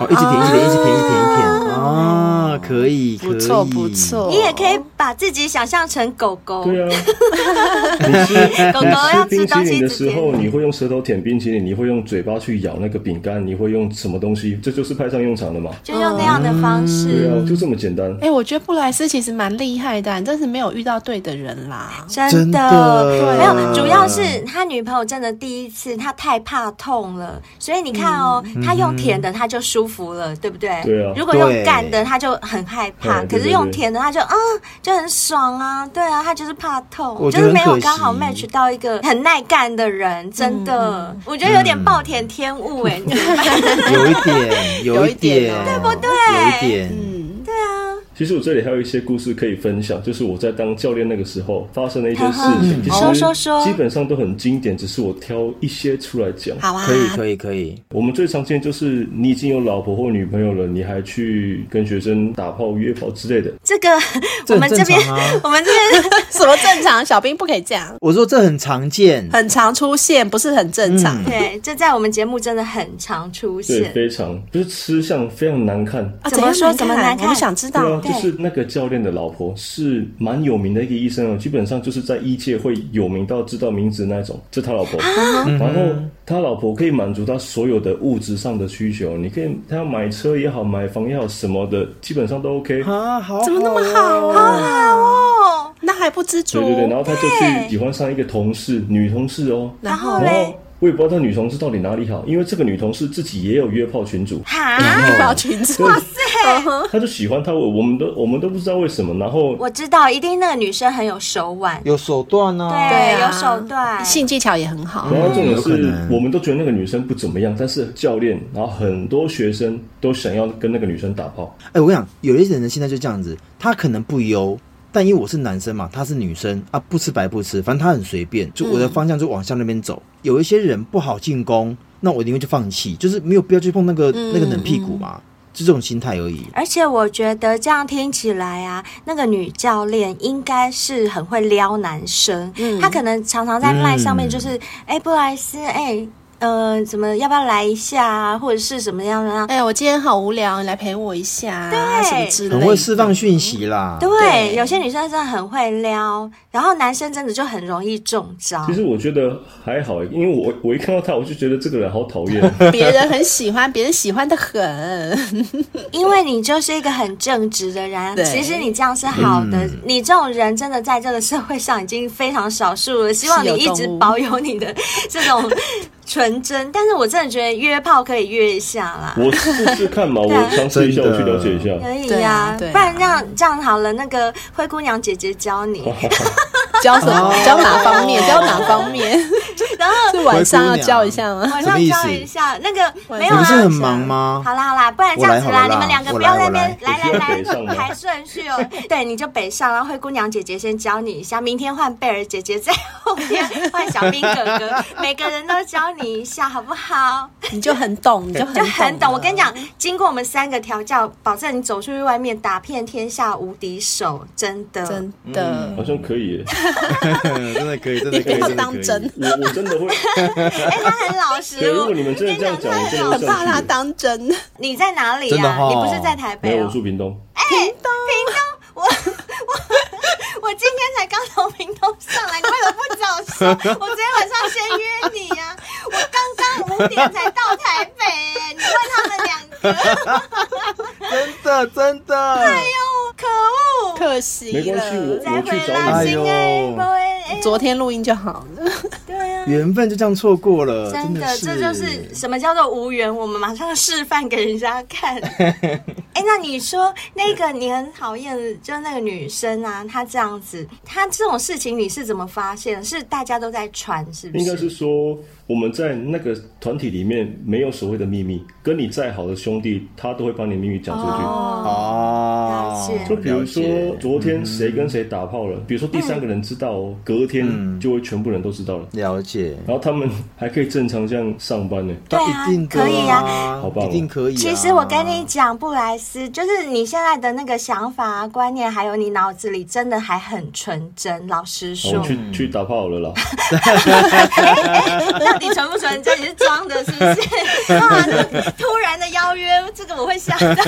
Speaker 3: 哦，一直舔，一直舔，一直舔，一直舔，一直舔啊，可以，
Speaker 2: 不错
Speaker 3: 可以
Speaker 2: 不错
Speaker 4: 你也可以把自己想象成狗狗，
Speaker 5: 对啊，啊你吃
Speaker 4: 狗狗要吃
Speaker 5: 你吃冰淇
Speaker 4: 东西
Speaker 5: 淋的
Speaker 4: 之
Speaker 5: 时候，
Speaker 4: 前，
Speaker 5: 你会用舌头舔冰淇淋，你会用嘴巴去咬那个饼干，你会用什么东西？这就是派上用场了嘛。
Speaker 4: 就用那样的方
Speaker 5: 对
Speaker 4: 式，
Speaker 5: 啊，就这么简单。
Speaker 2: 哎、我觉得布莱斯其实蛮厉害的啊，你真是没有遇到对的嗯人啦。
Speaker 4: 真
Speaker 3: 真的
Speaker 4: 没有，主要是他女朋友真的第一次，他太怕痛了，所以你看哦，
Speaker 2: 嗯
Speaker 4: 他用舔的他就舒服了，对不对？
Speaker 5: 对啊
Speaker 4: 如果用
Speaker 3: 对
Speaker 4: 干的，他就很害怕，
Speaker 5: 嗯
Speaker 4: 可
Speaker 5: 对
Speaker 4: 是
Speaker 5: 对
Speaker 4: 用
Speaker 5: 对
Speaker 4: 舔的，他就嗯就很爽啊，对啊，他就是怕痛，
Speaker 3: 我
Speaker 4: 就
Speaker 3: 觉
Speaker 4: 是
Speaker 3: 得
Speaker 4: 没有
Speaker 3: 很可惜
Speaker 4: 刚好 match 到一个很耐干的人，真的，
Speaker 3: 嗯
Speaker 4: 我觉得有点暴殄天物哎，你明白吗
Speaker 3: 有一 点，有一
Speaker 2: 有一点哦
Speaker 3: 点，
Speaker 2: 对
Speaker 3: 不对？有一点，
Speaker 5: 其实我这里还有一些故事可以分享，就是我在当教练那个时候发生的一些事情。其
Speaker 4: 说
Speaker 5: 实
Speaker 4: 说说
Speaker 5: 基本上都很经典，只是我挑一些出来讲。
Speaker 2: 好 啊
Speaker 3: 可，以，可以，可以，
Speaker 5: 我们最常见就是你已经有老婆或女朋友了，你还去跟学生打炮、约炮之类的。
Speaker 4: 这个
Speaker 3: 这
Speaker 4: 我
Speaker 3: 很
Speaker 4: 们这边
Speaker 3: 正常啊
Speaker 4: 我们这边
Speaker 2: 什么正常？小兵不可以这样，
Speaker 3: 我说这很常见，
Speaker 2: 很常出现，不是很正常。
Speaker 3: 嗯
Speaker 4: 对，这在我们节目真的很常出
Speaker 5: 对，
Speaker 4: 现。
Speaker 5: 非常就是吃相非常难看。
Speaker 2: 啊，
Speaker 4: 怎么
Speaker 2: 样
Speaker 4: 说
Speaker 2: 看
Speaker 4: 怎么难看
Speaker 2: 我们想知道。
Speaker 5: 对啊，
Speaker 4: 对
Speaker 5: 就是那个教练的老婆是蛮有名的一个医生哦，基本上就是在医界会有名到知道名字那种，这是他老婆。然后他老婆可以满足他所有的物质上的需求，你可以他要买车也好，买房也好，什么的基本上都 OK。
Speaker 3: 啊，好，
Speaker 2: 怎么那么好啊？
Speaker 4: 哦。
Speaker 2: 那还不知足？
Speaker 5: 对对对，然后他就
Speaker 4: 对
Speaker 5: 去喜欢上一个同事，女同事哦。
Speaker 2: 然后
Speaker 4: 然
Speaker 5: 然
Speaker 4: 后嘞
Speaker 5: 后我也不知道这女同事到底哪里好，因为这个女同事自己也有约炮群主，
Speaker 4: 哈，
Speaker 5: 哦
Speaker 2: 还包哎裙子，哇塞！
Speaker 5: 她就喜欢他，我我们都我们都不知道为什么。然后
Speaker 4: 我知道，一定那个女生很有手腕，
Speaker 3: 有手段呢、啊？
Speaker 4: 对，
Speaker 2: 啊
Speaker 4: 有手段，
Speaker 2: 性技巧也很好。
Speaker 5: 然后重
Speaker 3: 嗯
Speaker 5: 点
Speaker 3: 有可
Speaker 5: 是
Speaker 3: 能，
Speaker 5: 我们都觉得那个女生不怎么样，但是教练，然后很多学生都想要跟那个女生打炮。
Speaker 3: 哎、我跟你讲，有一些人现在就这样子，他可能不优，但因为我是男生嘛，他是女生啊，不吃白不吃，反正他很随便，就我的方向就往向那边走。有一些人不好进攻，那我宁愿就放弃，就是没有必要去碰那个、那个冷屁股嘛，就这种心态而已。
Speaker 4: 而且我觉得这样听起来啊，那个女教练应该是很会撩男生，她可能常常在赖上面就是，哎、布莱斯，哎、呃，怎么要不要来一下啊，或者是怎么样啊？
Speaker 2: 哎、我今天好无聊，你来陪我一下啊，
Speaker 4: 对
Speaker 2: 什么之类的，
Speaker 3: 很会释放讯息啦，
Speaker 4: 对，
Speaker 2: 对
Speaker 4: 有些女生真的很会撩，然后男生真的就很容易中招
Speaker 5: 其。实我觉得还好，因为我我一看到她，我就觉得这个人好 讨厌。
Speaker 2: 别人很喜欢，别人喜欢的很。
Speaker 4: 因为你就是一个很正直的人，
Speaker 2: 对
Speaker 4: 其实你这样是好的。
Speaker 3: 嗯
Speaker 4: 你这种人真的在这个社会上已经非常少数了，希望你一直保有你的这种纯真。但是我真的觉得约炮可以约一下啦，
Speaker 3: 嗯
Speaker 5: 我试试看嘛，我尝试一下，
Speaker 3: 啊真的
Speaker 5: 我去了解一下。
Speaker 4: 可以
Speaker 2: 对
Speaker 4: 呀、
Speaker 2: 啊对啊
Speaker 3: 哦
Speaker 4: 不然这样这样好了，那个灰姑娘姐姐教你。
Speaker 2: 教什么？
Speaker 5: 哦
Speaker 2: 教哪方面？教哪方 面？
Speaker 4: 然后
Speaker 2: 是晚上要
Speaker 3: 灰姑娘
Speaker 2: 教一下吗？
Speaker 4: 晚
Speaker 3: 什么
Speaker 4: 上
Speaker 3: 意
Speaker 4: 教
Speaker 3: 思
Speaker 4: 一下那个没有
Speaker 3: 你
Speaker 4: 啊
Speaker 3: 不是。很忙吗？
Speaker 4: 好啦好啦，不然这
Speaker 3: 我来
Speaker 4: 样子
Speaker 3: 好了啦
Speaker 4: 你们两个
Speaker 3: 我
Speaker 4: 不要
Speaker 3: 来我
Speaker 4: 在那边来
Speaker 5: 我
Speaker 4: 来
Speaker 5: 先北上
Speaker 4: 来
Speaker 5: 吧
Speaker 4: 排顺序哦。对，你就北上，然后灰姑娘姐姐先教你一下，明天换贝尔姐姐，在后天换小兵哥哥，每个人都教你一下，好不好？
Speaker 2: 你就很懂， 你就很
Speaker 3: 啊
Speaker 4: 就很懂。
Speaker 2: 了
Speaker 4: 我跟你，讲，经过我们三个调教，保证你走出去外面打遍天下无敌手，真的。
Speaker 2: 真的。
Speaker 5: 好像可以耶。
Speaker 3: 真的可以，真的
Speaker 2: 你
Speaker 3: 可
Speaker 2: 不
Speaker 3: 以，
Speaker 2: 要
Speaker 3: 真的可
Speaker 2: 当
Speaker 3: 以。
Speaker 2: 真，
Speaker 5: 我我 真的会，
Speaker 4: 哎、他很老实
Speaker 5: 对，如
Speaker 4: 哦。
Speaker 5: 果你们真的这样讲，我真的会
Speaker 2: 很怕他
Speaker 5: 上去。
Speaker 2: 当真。
Speaker 4: 你在哪里
Speaker 3: 真的
Speaker 4: 呀、
Speaker 3: 哈
Speaker 4: 你不是在台
Speaker 5: 没
Speaker 4: 北
Speaker 5: 有，
Speaker 4: 哦
Speaker 5: 我？住屏东。
Speaker 4: 我 我我今天才刚从屏东上来，你为什么不早说？我昨天晚上先约你呀、我刚刚五点才到台北、哎，你问他们两个，
Speaker 3: 真的真的，
Speaker 4: 哟，可恶！
Speaker 2: 可惜
Speaker 5: 没关系我
Speaker 2: 了。
Speaker 4: 再回来心
Speaker 3: 哎
Speaker 4: 哎，
Speaker 3: 呦
Speaker 4: 不会哎，
Speaker 2: 昨天录音就好了，
Speaker 4: 对啊。
Speaker 3: 缘分就这样错过了，
Speaker 4: 真
Speaker 3: 的
Speaker 4: 的，
Speaker 3: 是，
Speaker 4: 这就是什么叫做无缘？我们马上示范给人家看。哎、那你说那个你很讨厌的，就是那个女生啊，她这样子，她这种事情你是怎么发现？是大家都在传，是不
Speaker 5: 应该
Speaker 4: 是？
Speaker 5: 是说我们在那个团体里面没有所谓的秘密，跟你再好的兄弟，他都会把你秘密讲出去。
Speaker 4: 哦，
Speaker 3: 哦
Speaker 4: 了解，嗯
Speaker 5: 就比如说
Speaker 3: 了解
Speaker 5: 昨天谁跟谁打炮了，比如说第三个人知道哦，隔
Speaker 4: 嗯
Speaker 5: 天就会全部人都知道了。
Speaker 3: 了解，
Speaker 5: 然后他们还可以正常这样上班呢。
Speaker 4: 对
Speaker 3: 一
Speaker 4: 啊
Speaker 3: 定的
Speaker 4: 可以
Speaker 3: 啊，
Speaker 5: 好棒哦
Speaker 3: 一定可以啊。
Speaker 4: 其实我跟你讲，布莱斯，就是你现在的那个想法、啊、观念，还有你脑子里真的还很纯真。老实
Speaker 5: 我
Speaker 4: 说，
Speaker 5: 哦们去去打炮好了啦，
Speaker 4: 到底纯 不纯真？你是装的，是不是？哇，这突然的邀约，这个我会想到。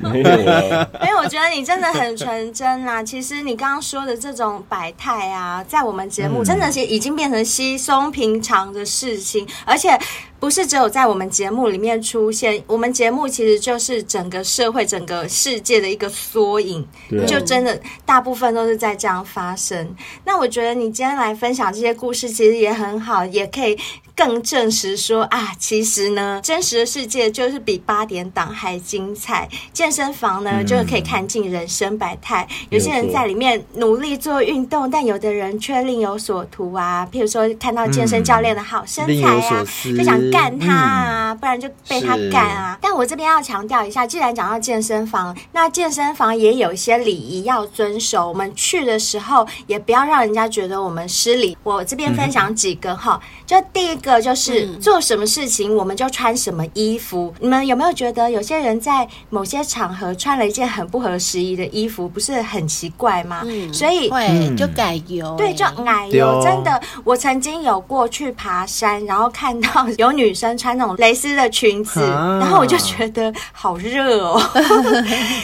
Speaker 5: 没有啦，
Speaker 4: 因为我觉得你真的很纯真啦、 其实你刚刚说的这种百态啊，在我们节目真的是已经变成稀松平常的事情，而且不是只有在我们节目里面出现，我们节目其实就是整个社会、整个世界的一个缩影。
Speaker 5: 对啊
Speaker 4: 就真的大部分都是在这样发生。那我觉得你今天来分享这些故事，其实也很好，也可以更证实说啊，其实呢，真实的世界就是比八点档还精彩。健身房呢，就是可以看尽人生百态。有些人在里面努力做运动，但有的人却另有所图啊。譬如说，看到健身教练的好身
Speaker 3: 另
Speaker 4: 材
Speaker 3: 有
Speaker 4: 啊
Speaker 3: 所，思
Speaker 4: 就想干他啊，不然就被他
Speaker 3: 是
Speaker 4: 干啊。但我这边要强调一下，既然讲到健身房，那健身房也有一些礼仪要遵守。我们去的时候也不要让人家觉得我们失礼。我这边分享几个哈，就第一个就是、做什么事情我们就穿什么衣服。你们有没有觉得有些人在某些场合穿了一件很不合时宜的衣服，不是很奇怪吗？嗯所以
Speaker 2: 嗯
Speaker 5: 嗯
Speaker 2: 会就改油，
Speaker 4: 对，就奶
Speaker 3: 对
Speaker 4: 油、
Speaker 3: 哦
Speaker 4: 真的，我曾经有过去爬山，然后看到有女生穿那种蕾丝的裙子，
Speaker 3: 啊
Speaker 4: 然后我就觉得好热 哦，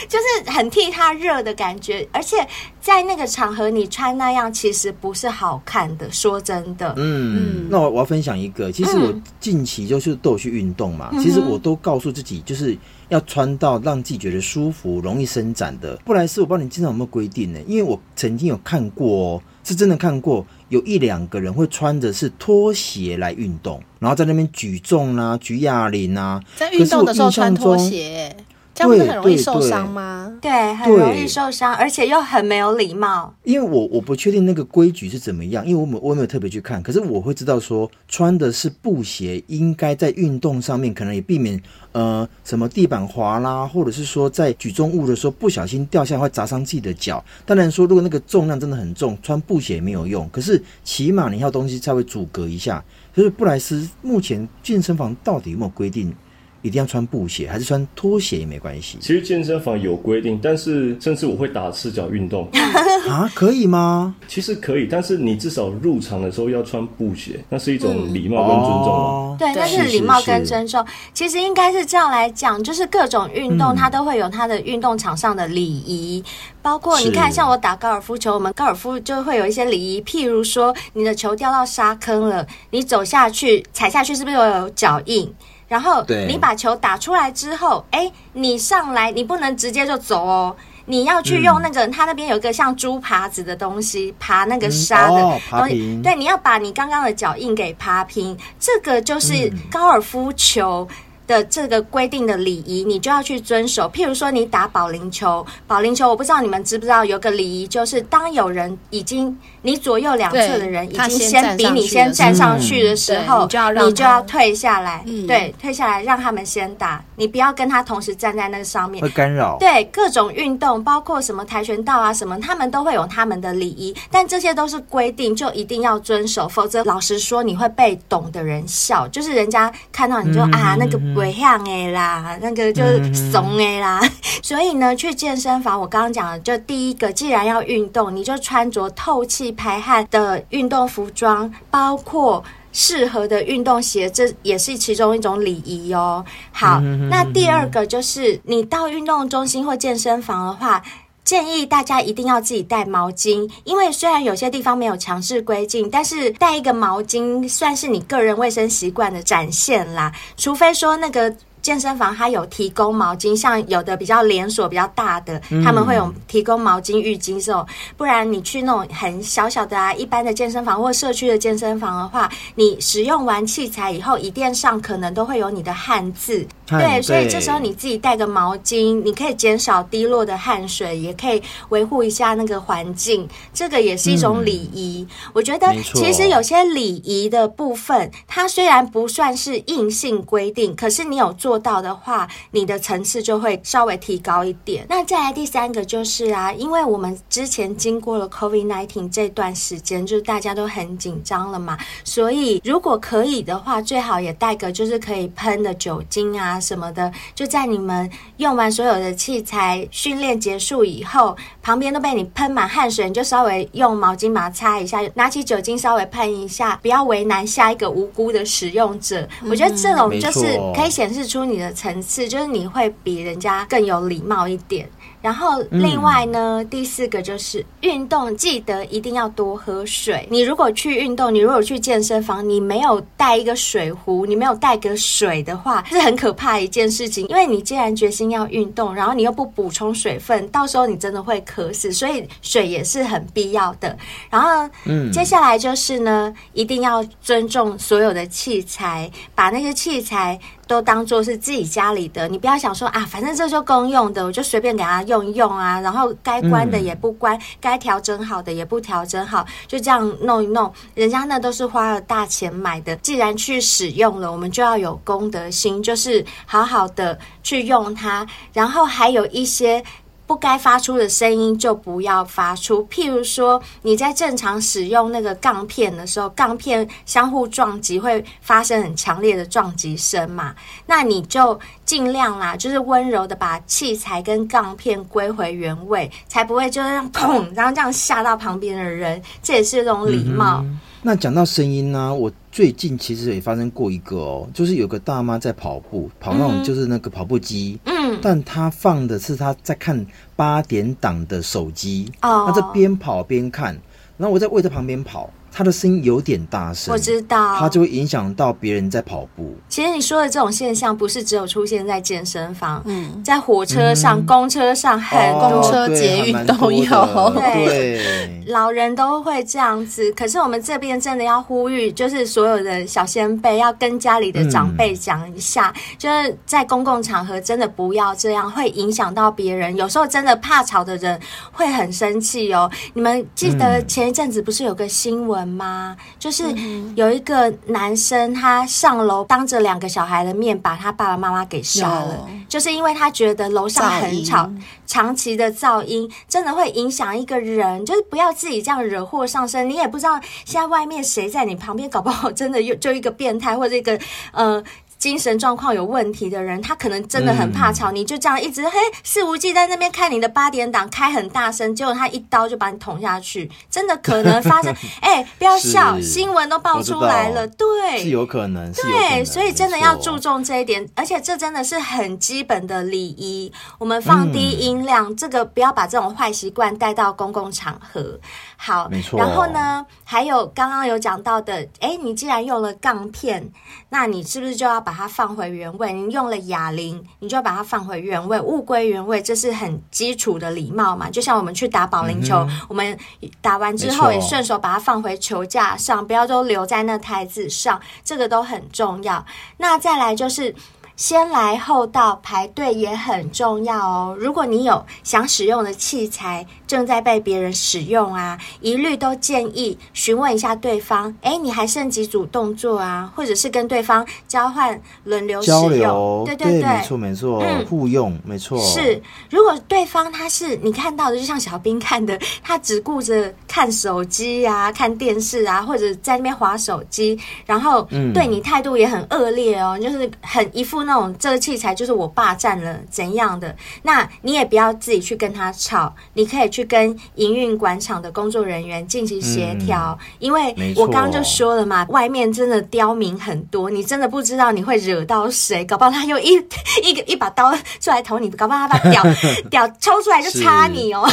Speaker 4: 就是很替她热的感觉。而且在那个场合，你穿那样其实不是好看的，说真的。
Speaker 3: 嗯，那我我要分享一个，其实
Speaker 2: 嗯
Speaker 3: 我近期就是都有去运动嘛，其实我都告诉自己就是要穿到让自己觉得舒服、容易伸展的。布莱斯，我不知道你经常有没有规定呢？因为我曾经有看过、哦，是真的看过，有一两个人会穿着是拖鞋来运动，然后在那边举重啊、举哑铃啊，
Speaker 2: 在运动的时候穿拖
Speaker 3: 可是我印象中。
Speaker 2: 鞋，这样不是很容易受伤吗？
Speaker 4: 对，很容易
Speaker 3: 对
Speaker 4: 受伤，而且又很没有礼貌。
Speaker 3: 因为我我不确定那个规矩是怎么样，因为我没有我没有特别去看，可是我会知道说穿的是布鞋，应该在运动上面可能也避免呃什么地板滑啦，或者是说在举重物的时候不小心掉下来会砸伤自己的脚。当然说如果那个重量真的很重，穿布鞋也没有用，可是起码你要东西稍微阻隔一下。就是布莱斯目前健身房到底有没有规定一定要穿布鞋，还是穿拖鞋也没关系
Speaker 5: 其实健身房有规定，但是甚至我会打赤脚运 动，
Speaker 3: 啊？可以吗？
Speaker 5: 其实可以，但是你至少入场的时候要穿布鞋，那是一
Speaker 4: 嗯
Speaker 5: 种礼貌跟尊重啊嘛。
Speaker 3: 哦
Speaker 4: 对，那是
Speaker 3: 是
Speaker 4: 礼貌
Speaker 3: 是
Speaker 4: 跟尊重。其实应该是这样来讲，就是各种运动它都会有它的运动场上的礼仪，包括你
Speaker 3: 是
Speaker 4: 看，像我打高尔夫球，我们高尔夫就会有一些礼仪，譬如说你的球掉到沙坑了，你走下去踩下去是不是会有脚印？然后
Speaker 3: 对
Speaker 4: 你把球打出来之后，哎，你上来你不能直接就走哦。你要去用那
Speaker 3: 嗯
Speaker 4: 个，它那边有一个像猪扒子的东西，爬那个沙的
Speaker 3: 嗯
Speaker 4: 东
Speaker 3: 哦
Speaker 4: 西，
Speaker 3: 爬平
Speaker 4: 对，
Speaker 3: 嗯
Speaker 4: 你要把你刚刚的脚印给爬平，这个就是高尔夫球。的这个规定的礼仪，你就要去遵守。譬如说，你打保龄球，保龄球我不知道你们知不知道，有个礼仪就是当有人已经你左右两侧的人已
Speaker 2: 对他
Speaker 4: 经
Speaker 2: 先
Speaker 4: 先比你先
Speaker 2: 站
Speaker 4: 站上去的时
Speaker 2: 嗯
Speaker 4: 候，
Speaker 2: 对你就要让他
Speaker 4: 你就要退下来，
Speaker 2: 嗯
Speaker 4: 对，退下来让他们先打，你不要跟他同时站在那个上面
Speaker 3: 会。干扰。
Speaker 4: 对各种运动，包括什么跆拳道啊什么，他们都会有他们的礼仪，但这些都是规定，就一定要遵守，否则老实说，你会被懂的人笑，就是人家看到你就、啊那个鬼样哎啦，那个就是怂哎啦。所以呢，去健身房，我刚刚讲了，就第一个，既然要运动，你就穿着透气排汗的运动服装，包括。适合的运动鞋，这也是其中一种礼仪哦。好，那第二个就是你到运动中心或健身房的话。建议大家一定要自己带毛巾，因为虽然有些地方没有强制规定，但是带一个毛巾算是你个人卫生习惯的展现啦。除非说那个健身房它有提供毛巾，像有的比较连锁比较大的，他们会有提供毛巾、浴巾这种。不然你去那种很小小的啊，一般的健身房或社区的健身房的话，你使用完器材以后，椅垫上可能都会有你的汗渍，
Speaker 3: 汗
Speaker 4: 对，所以
Speaker 3: 对
Speaker 4: 这时候你自己带个毛巾，你可以减少滴落的汗水，也可以维护一下那个环境，这个也是一种礼仪。我觉得
Speaker 3: 嗯没错
Speaker 4: 其实有些礼仪的部分，它虽然不算是硬性规定，可是你有做到的话，你的层次就会稍微提高一点。那再来第三个就是啊，因为我们之前经过了 COVID nineteen 这段时间，就是大家都很紧张了嘛，所以如果可以的话，最好也带个就是可以喷的酒精啊什么的，就在你们用完所有的器材训练结束以后，旁边都被你喷满汗水，你就稍微用毛巾把它擦一下，拿起酒精稍微喷一下，不要为难下一个无辜的使用者。我觉得这种就是
Speaker 3: 嗯没错
Speaker 4: 可以显示出你的层次，就是你会比人家更有礼貌一点。然后另外呢，第四个就是运动，记得一定要多喝水。你如果去运动，你如果去健身房，你没有带一个水壶，你没有带个水的话，是很可怕的一件事情。因为你既然决心要运动，然后你又不补充水分，到时候你真的会渴死。所以水也是很必要的。然后，嗯，接下来就是呢，一定要尊重所有的器材，把那些器材都当做是自己家里的，你不要想说啊，反正这就公用的，我就随便给它用一用啊，然后该关的也不关，该调整好的也不调整好，就这样弄一弄。人家那都是花了大钱买的，既然去使用了，我们就要有公德心，就是好好的去用它，然后还有一些。不该发出的声音就不要发出。譬如说，你在正常使用那个杠片的时候，杠片相互撞击会发生很强烈的撞击声嘛？那你就尽量啦，就是温柔的把器材跟杠片归回原位，才不会就是让砰，然后这样吓到旁边的人。这也是一种礼貌。
Speaker 3: 那讲到声音呢、啊我最近其实也发生过一个哦，就是有个大妈在跑步，跑那种就是那个跑步机，
Speaker 4: 嗯
Speaker 3: 但她放的是她在看八点档的手机，
Speaker 4: 哦
Speaker 3: 她在边跑边看，然后我在位在旁边跑，她的声音有点大声，
Speaker 4: 我知道
Speaker 3: 她就会影响到别人在跑步。
Speaker 4: 其实你说的这种现象，不是只有出现在健身房，在火车上、公车上很
Speaker 3: 嗯哦
Speaker 4: 多。
Speaker 2: 公车
Speaker 3: 对
Speaker 2: 捷
Speaker 3: 还
Speaker 2: 运
Speaker 3: 蛮
Speaker 2: 都
Speaker 3: 多的
Speaker 2: 有
Speaker 3: 对，
Speaker 4: 老人都会这样子，可是我们这边真的要呼吁，就是所有的小先辈要跟家里的长辈讲一下，就是在公共场合真的不要这样，会影响到别人。有时候真的怕吵的人会很生气哦。你们记得前一阵子不是有个新闻吗？就是有一个男生他上楼当着两个小孩的面把他爸爸妈妈给杀了
Speaker 2: 有，
Speaker 4: 就是因为他觉得楼上
Speaker 2: 噪
Speaker 4: 很
Speaker 2: 音
Speaker 4: 吵，长期的噪音真的会影响一个人，就是不要自己这样惹祸上身。你也不知道现在外面谁在你旁边，搞不好真的又就一个变态或者一个呃。精神状况有问题的人，他可能真的很怕
Speaker 3: 嗯
Speaker 4: 吵，你就这样一直嘿肆无忌惮在那边看你的八点档开很大声，结果他一刀就把你捅下去，真的可能发 生。哎、不要笑，
Speaker 3: 是
Speaker 4: 新闻都爆
Speaker 3: 我知
Speaker 4: 出来
Speaker 3: 道
Speaker 4: 了，对，
Speaker 3: 是有可能，是有可能
Speaker 4: 对，所以真的要注。
Speaker 3: 没错
Speaker 4: 重这一点，而且这真的是很基本的礼仪。我们放低音量，这个不要把这种坏习惯带到公共场合。好，
Speaker 3: 没错
Speaker 4: 然后呢，还有刚刚有讲到的，哎，你既然用了杠片，那你是不是就要把它放回原位？你用了哑铃，你就要把它放回原位，物归原位，这是很基础的礼貌嘛。就像我们去打保龄球，我们打完之
Speaker 3: 嗯
Speaker 4: 后
Speaker 3: 没错
Speaker 4: 也顺手把它放回球架上，不要都留在那台子上，这个都很重要。那再来就是。先来后到，排队也很重要哦。如果你有想使用的器材正在被别人使用啊，一律都建议询问一下对方，哎，你还剩几组动作啊？或者是跟对方交换轮流使
Speaker 3: 交
Speaker 4: 用，
Speaker 3: 流，
Speaker 4: 对对，
Speaker 3: 没错没错
Speaker 4: 嗯，
Speaker 3: 互用没错，
Speaker 4: 是，如果对方他是你看到的，就像小兵看的，他只顾着看手机啊、看电视啊，或者在那边划手机，然后
Speaker 3: 嗯
Speaker 4: 对你态度也很恶劣哦，就是很一副那种这个器材就是我霸占了怎样的，那你也不要自己去跟他吵，你可以去跟营运广场的工作人员进行协调，因为
Speaker 3: 嗯没错
Speaker 4: 我刚刚就说了嘛，外面真的刁民很多，你真的不知道你会惹到谁，搞不好他又一 一个一把刀出来捅你，搞不好他把屌屌抽出来就插你哦。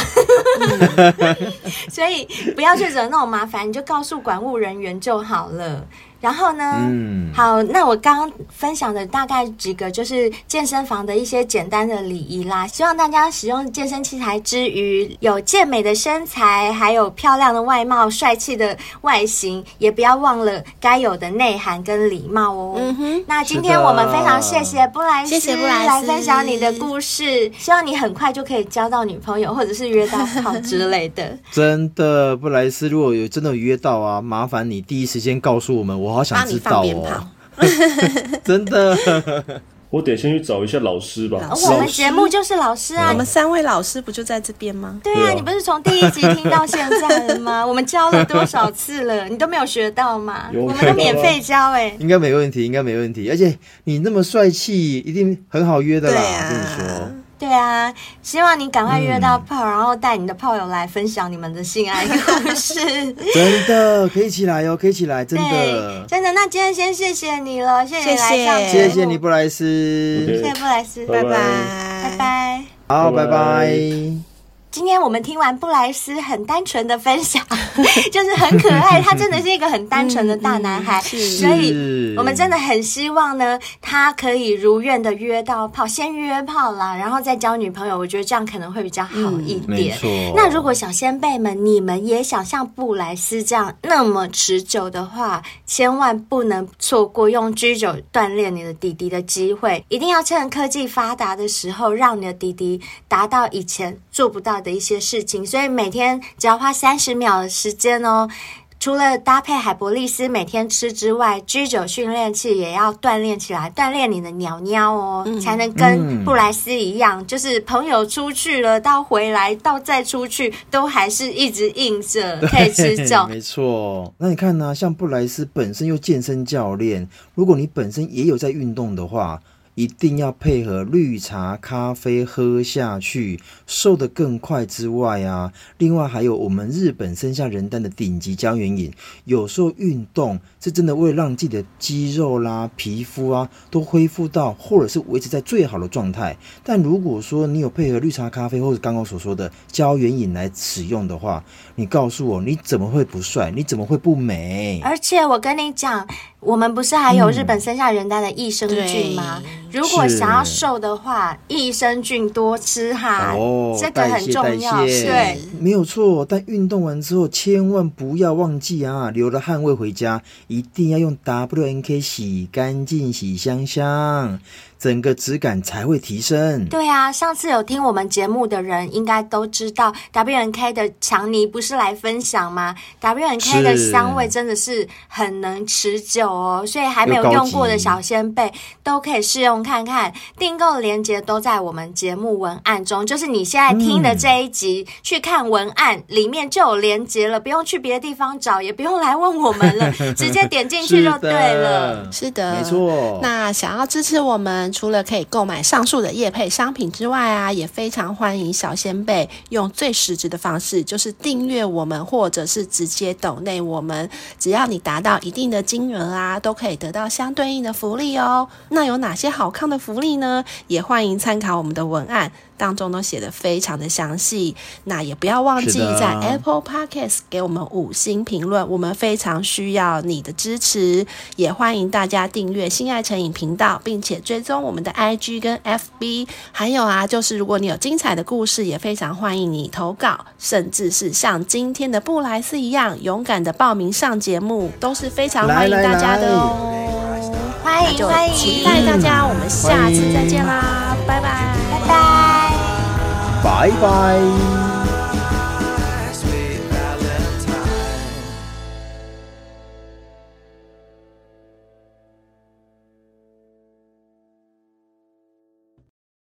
Speaker 4: 所以不要去惹那种麻烦，你就告诉管务人员就好了。然后呢？
Speaker 3: 嗯，
Speaker 4: 好，那我刚刚分享的大概几个就是健身房的一些简单的礼仪啦，希望大家使用健身器材之余，有健美的身材，还有漂亮的外貌、帅气的外形，也不要忘了该有的内涵跟礼貌哦。嗯哼，那今天我们非常谢谢布莱斯，
Speaker 2: 谢谢布莱斯
Speaker 4: 来分享你的故事，希望你很快就可以交到女朋友，或者是约到炮之类的。
Speaker 3: 真的，布莱斯，如果有真的有约到啊，麻烦你第一时间告诉我们，我好想
Speaker 2: 帮你
Speaker 3: 知道
Speaker 2: 放鞭炮
Speaker 3: 哦，。 真的，
Speaker 5: 我得先去找一下老师吧。
Speaker 4: 而哦我们节目就是老师啊，
Speaker 2: 我们三位老师不就在这边吗？
Speaker 4: 对
Speaker 5: 对
Speaker 4: 啊，
Speaker 5: 啊
Speaker 4: 你不是从第一集听到现在了吗？我们教了多少次了，你都没有学到吗？
Speaker 5: 有
Speaker 4: 我们都免费教哎、
Speaker 3: 应该没问题，应该没问题，而且你那么帅气，一定很好约的啦，
Speaker 2: 对啊
Speaker 3: 跟你说。
Speaker 4: 对啊，希望你赶快约到炮，然后带你的炮友来分享你们的性爱故事。
Speaker 3: 真的可以起来哦，可以起来，真
Speaker 4: 对
Speaker 3: 的，，
Speaker 4: 真的。那今天先谢谢你了，谢谢你来上节
Speaker 3: 谢
Speaker 4: 目
Speaker 3: 谢你，布莱斯。
Speaker 5: OK
Speaker 4: 谢谢布莱斯，
Speaker 5: 拜拜
Speaker 4: 拜拜。
Speaker 3: 好，
Speaker 5: 拜
Speaker 3: 拜
Speaker 5: 拜
Speaker 3: 拜。
Speaker 4: 今天我们听完布莱斯很单纯的分享，就是很可爱，他真的是一个很单纯的大男
Speaker 2: 嗯
Speaker 4: 孩，所以
Speaker 3: 是
Speaker 4: 我们真的很希望呢，他可以如愿的约到炮，先约炮啦，然后再交女朋友，我觉得这样可能会比较好一
Speaker 3: 嗯没
Speaker 4: 点。
Speaker 3: 错。
Speaker 4: 那如果小先辈们，你们也想像布莱斯这样那么持久的话，千万不能错过用居酒锻炼你的弟弟的机会，一定要趁科技发达的时候，让你的弟弟达到以前做不到的一些事情。所以每天只要花三十秒的时间哦。除了搭配海博利斯每天吃之外，居酒训练器也要锻炼起来，锻炼你的鸟鸟哦，才能跟
Speaker 3: 嗯
Speaker 4: 布莱斯一样，就是朋友出去了，到回来到再出去，都还是一直 硬着可以吃
Speaker 3: 嘿
Speaker 4: 酒。
Speaker 3: 没错。那你看呢、像布莱斯本身又健身教练，如果你本身也有在运动的话，一定要配合绿茶、咖啡喝下去，瘦得更快之外啊，另外还有我们日本生下人丹的顶级胶原饮，有时候运动是真的为了让自己的肌肉啦、皮肤啊都恢复到，或者是维持在最好的状态。但如果说你有配合绿茶、咖啡或者刚刚所说的胶原饮来使用的话，你告诉我你怎么会不帅？你怎么会不美？
Speaker 4: 而且我跟你讲，我们不是还
Speaker 3: 嗯
Speaker 4: 有日本生下人丹的益生菌吗？如果
Speaker 3: 是
Speaker 4: 想要瘦的话，益生菌多吃哈，
Speaker 3: 哦，
Speaker 4: 这个
Speaker 3: 代
Speaker 4: 很
Speaker 3: 谢
Speaker 4: 重要。
Speaker 3: 代谢
Speaker 4: 对，
Speaker 3: 没有错。但运动完之后，千万不要忘记啊，流了汗味回家，一定要用 WNK 洗干净、洗香香，整个质感才会提升。
Speaker 4: 对啊，上次有听我们节目的人应该都知道，W N K 的强尼不是来分享吗？W N K
Speaker 3: 是
Speaker 4: 的香味真的是很能持久哦，所以还没
Speaker 3: 又
Speaker 4: 有
Speaker 3: 高级
Speaker 4: 用过的小先辈都可以试用看看。订购链接都在我们节目文案中，就是你现在听的这一集，去看文案里面就有链接了，不用去别的地方找，也不用来问我 们了，直接点进去就是对
Speaker 3: 的
Speaker 4: 了。
Speaker 2: 是的，
Speaker 3: 没错
Speaker 2: 那想要支持我们，除了可以购买上述的业配商品之外啊，也非常欢迎小先辈用最实质的方式，就是订阅我们，或者是直接抖内我们。只要你达到一定的金额啊，都可以得到相对应的福利哦。那有哪些好看的福利呢？也欢迎参考我们的文案。当中都写的非常的详细，那也不要忘记
Speaker 3: 是的
Speaker 2: 在 Apple Podcast 给我们五星评论，我们非常需要你的支持，也欢迎大家订阅“新爱成瘾”频道，并且追踪我们的 IG 跟 FB。还有啊，就是如果你有精彩的故事，也非常欢迎你投稿，甚至是像今天的布莱斯一样，勇敢的报名上节目，都是非常欢迎大家的哦。
Speaker 4: 欢
Speaker 2: 那
Speaker 4: 迎
Speaker 2: 就
Speaker 4: 欢迎
Speaker 2: 期待大家，我们下次再见啦，拜拜。
Speaker 4: 拜拜。
Speaker 3: 拜拜。